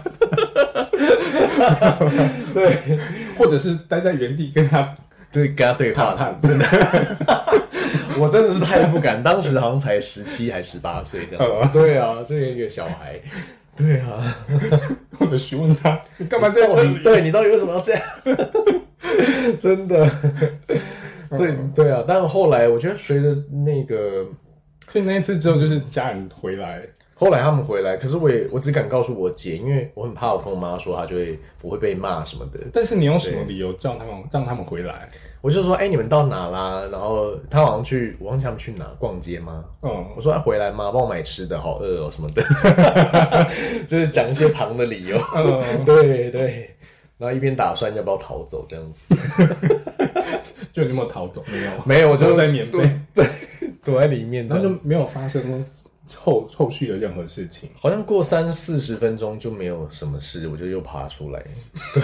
Speaker 1: 对，或者是待在原地跟他
Speaker 2: 就是跟他对话，
Speaker 1: 谈
Speaker 2: 真的，我真的是太不敢，当时好像才十七还十八岁 这样，对啊，这一个小孩，对啊，
Speaker 1: 或者询问他你干嘛在
Speaker 2: 到
Speaker 1: 这
Speaker 2: 底
Speaker 1: 里？
Speaker 2: 对你到底为什么要这样？ 真的，
Speaker 1: 哦
Speaker 2: 所以对啊，但后来我觉得随着那个
Speaker 1: 所以那一次之后，就是家人回来，
Speaker 2: 后来他们回来，可是我也我只敢告诉我姐，因为我很怕我跟我妈说，她就会我会被骂什么的，
Speaker 1: 但是你用什么理由叫他们让他们回来？
Speaker 2: 我就说哎、你们到哪啦？然后她好像去，我忘记他们去哪逛街吗？
Speaker 1: 嗯，
Speaker 2: 我说、哎回来吗？帮我买吃的，好饿哦什么的， 就是讲一些糖的理由。
Speaker 1: 嗯
Speaker 2: 对对，然后一边打算要不要逃走这样子，
Speaker 1: 就你有没有逃走？没有，
Speaker 2: 没有，我就
Speaker 1: 都在棉被
Speaker 2: 躲对，躲在里面这
Speaker 1: 然
Speaker 2: 样
Speaker 1: 后
Speaker 2: 子，
Speaker 1: 就没有发生后后续的任何事情。
Speaker 2: 好像过三四十分钟就没有什么事，我就又爬出来。对，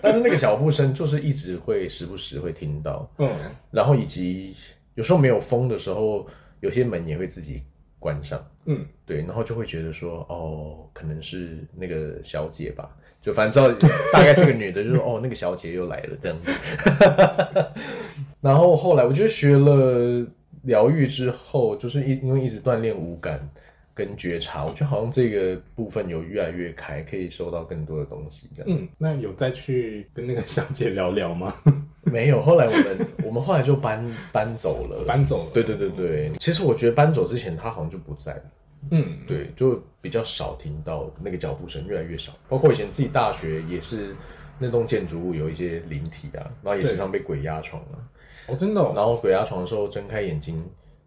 Speaker 2: 但是那个脚步声就是一直会时不时会听到，
Speaker 1: 嗯，
Speaker 2: 然后以及有时候没有风的时候，有些门也会自己关上。
Speaker 1: 嗯，
Speaker 2: 对，然后就会觉得说，哦，可能是那个小姐吧，就反正知道大概是个女的，就说哦，那个小姐又来了这样子。 然后后来我就学了疗愈之后，就是一因为一直锻炼五感跟觉察，我觉得好像这个部分有越来越开，可以收到更多的东西这样。
Speaker 1: 嗯，那有再去跟那个小姐聊聊吗？
Speaker 2: 没有，后来我们我们后来就搬搬走了。
Speaker 1: 搬走了。
Speaker 2: 对对对对，其实我觉得搬走之前他好像就不在了。
Speaker 1: 嗯，
Speaker 2: 对，就比较少听到那个脚步声，越来越少。包括以前自己大学也是，那栋建筑物有一些灵体啊，然后也时常被鬼压床啊。
Speaker 1: 哦，真的哦，
Speaker 2: 然后鬼压床的时候，睁开眼睛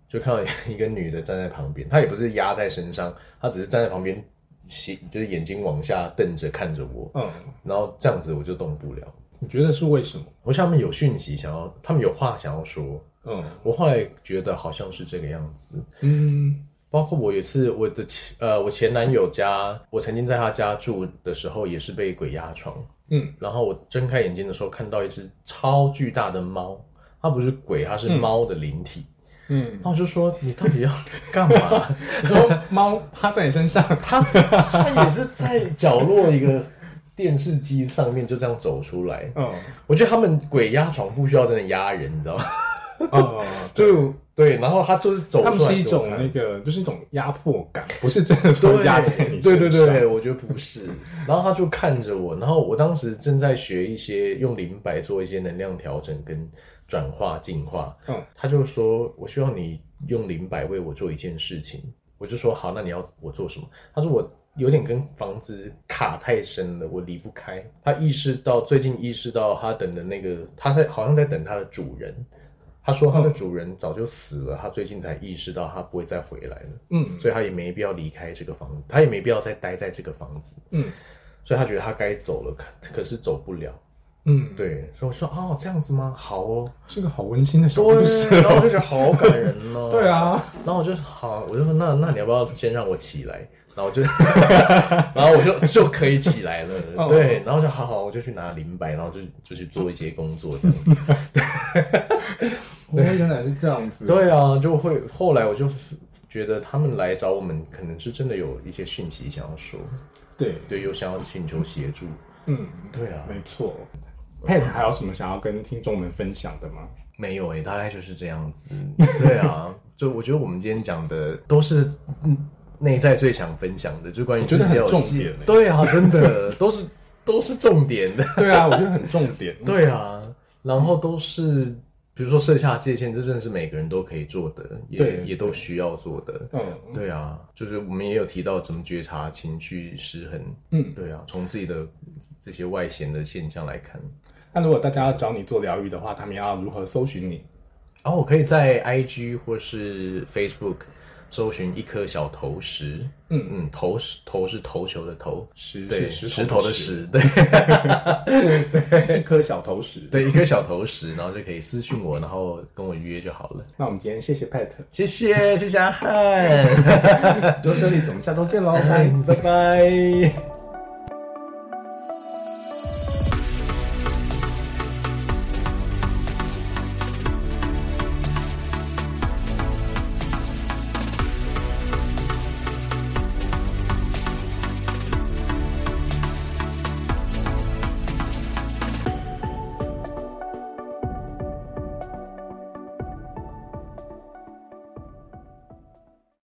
Speaker 2: 就看到一个女的站在旁边，她也不是压在身上，她只是站在旁边，斜就是眼睛往下瞪着看着我，
Speaker 1: 嗯，
Speaker 2: 然后这样子我就动不了。
Speaker 1: 你觉得是为什么？
Speaker 2: 我想他们有讯息想要，他们有话想要说。
Speaker 1: 嗯
Speaker 2: 我后来觉得好像是这个样子，
Speaker 1: 嗯
Speaker 2: 包括我有一次，我的前呃，我前男友家，我曾经在他家住的时候，也是被鬼压床。
Speaker 1: 嗯，
Speaker 2: 然后我睁开眼睛的时候，看到一只超巨大的猫，它不是鬼，它是猫的灵体。
Speaker 1: 嗯，
Speaker 2: 然后我就说：“你到底要干嘛
Speaker 1: 你说猫趴在你身上，？”
Speaker 2: 它它也是在角落一个电视机上面就这样走出来。
Speaker 1: 嗯
Speaker 2: 我觉得他们鬼压床不需要真的压人，你知道吗？
Speaker 1: 哦，
Speaker 2: 就对，然然后他就是走
Speaker 1: 他
Speaker 2: 出
Speaker 1: 们
Speaker 2: 来给我
Speaker 1: 是
Speaker 2: 看。
Speaker 1: 一种那个，就是一种压迫感，不是真的说
Speaker 2: 对
Speaker 1: 压在你身上。
Speaker 2: 对对对，我觉得 不是。然后他就看着我，然后我当时正在学一些用灵摆做一些能量调整跟转化净化。
Speaker 1: 嗯，
Speaker 2: 他就说：“我希望你用灵摆为我做一件事情。”我就说：“好，那你要我做什么？”他说：“我有点跟房子卡太深了，我离不开。”他意识到最近意识到他等的那个，他在好像在等他的主人。他说他的主人早就死了，他最近才意识到他不会再回来了。
Speaker 1: 嗯
Speaker 2: 所以他也没必要离开这个房子，他也没必要再待在这个房子，
Speaker 1: 嗯，
Speaker 2: 所以他觉得他该走了，可可是走不了，
Speaker 1: 嗯，
Speaker 2: 对，所以我说哦，这样子吗？好哦，
Speaker 1: 是个好温馨的小 故事。
Speaker 2: 对，然后啊我就觉得好感人 哦，
Speaker 1: 对，啊，
Speaker 2: 然后我就好，我就说那那你要不要先让我起来？然后我就， 然后我就就可以起来了，
Speaker 1: 哦
Speaker 2: 对，然后就嗯好好，我就去拿灵摆，然后就就去做一些工作这样子，
Speaker 1: 哦，原来是这样子。
Speaker 2: 对啊，就会后来我就觉得他们来找我们，可能是真的有一些讯息想要说，
Speaker 1: 对，
Speaker 2: 对，有想要请求协助。
Speaker 1: 嗯，
Speaker 2: 对啊，
Speaker 1: 没错。Pat 还有什么想要跟听众们分享的吗？
Speaker 2: 没有诶、欸大概就是这样子。对啊，就我觉得我们今天讲的都是嗯内在最想分享的，就关于
Speaker 1: 我觉得
Speaker 2: 自己
Speaker 1: 很
Speaker 2: 有
Speaker 1: 重
Speaker 2: 记
Speaker 1: 点欸
Speaker 2: 对啊，真的都是都是重点的。
Speaker 1: 对啊，我觉得很重点。
Speaker 2: 对啊，然后都是比如说设下界限，这真的是每个人都可以做的，也
Speaker 1: 对
Speaker 2: 也都需要做的。
Speaker 1: 嗯，
Speaker 2: 对啊，就是我们也有提到怎么觉察情绪失衡。
Speaker 1: 嗯，
Speaker 2: 对啊，从自己的这些外显的现象来看。
Speaker 1: 那如果大家要找你做疗愈的话，他们要如何搜寻你？
Speaker 2: 然哦后我可以在 IG 或是 Facebook 搜寻一颗小投石，嗯嗯，投石投是投球的投，
Speaker 1: 石
Speaker 2: 对，
Speaker 1: 是
Speaker 2: 石
Speaker 1: 石
Speaker 2: 头
Speaker 1: 头
Speaker 2: 的
Speaker 1: 的
Speaker 2: 石，对
Speaker 1: 一颗小头石。
Speaker 2: 对，一颗小投石，然后就可以私信我，然后跟我约就好了。
Speaker 1: 那我们今天谢谢 Pat，
Speaker 2: 谢谢，谢谢阿汉，
Speaker 1: 就这里，我们下周见喽，拜。
Speaker 2: 拜拜。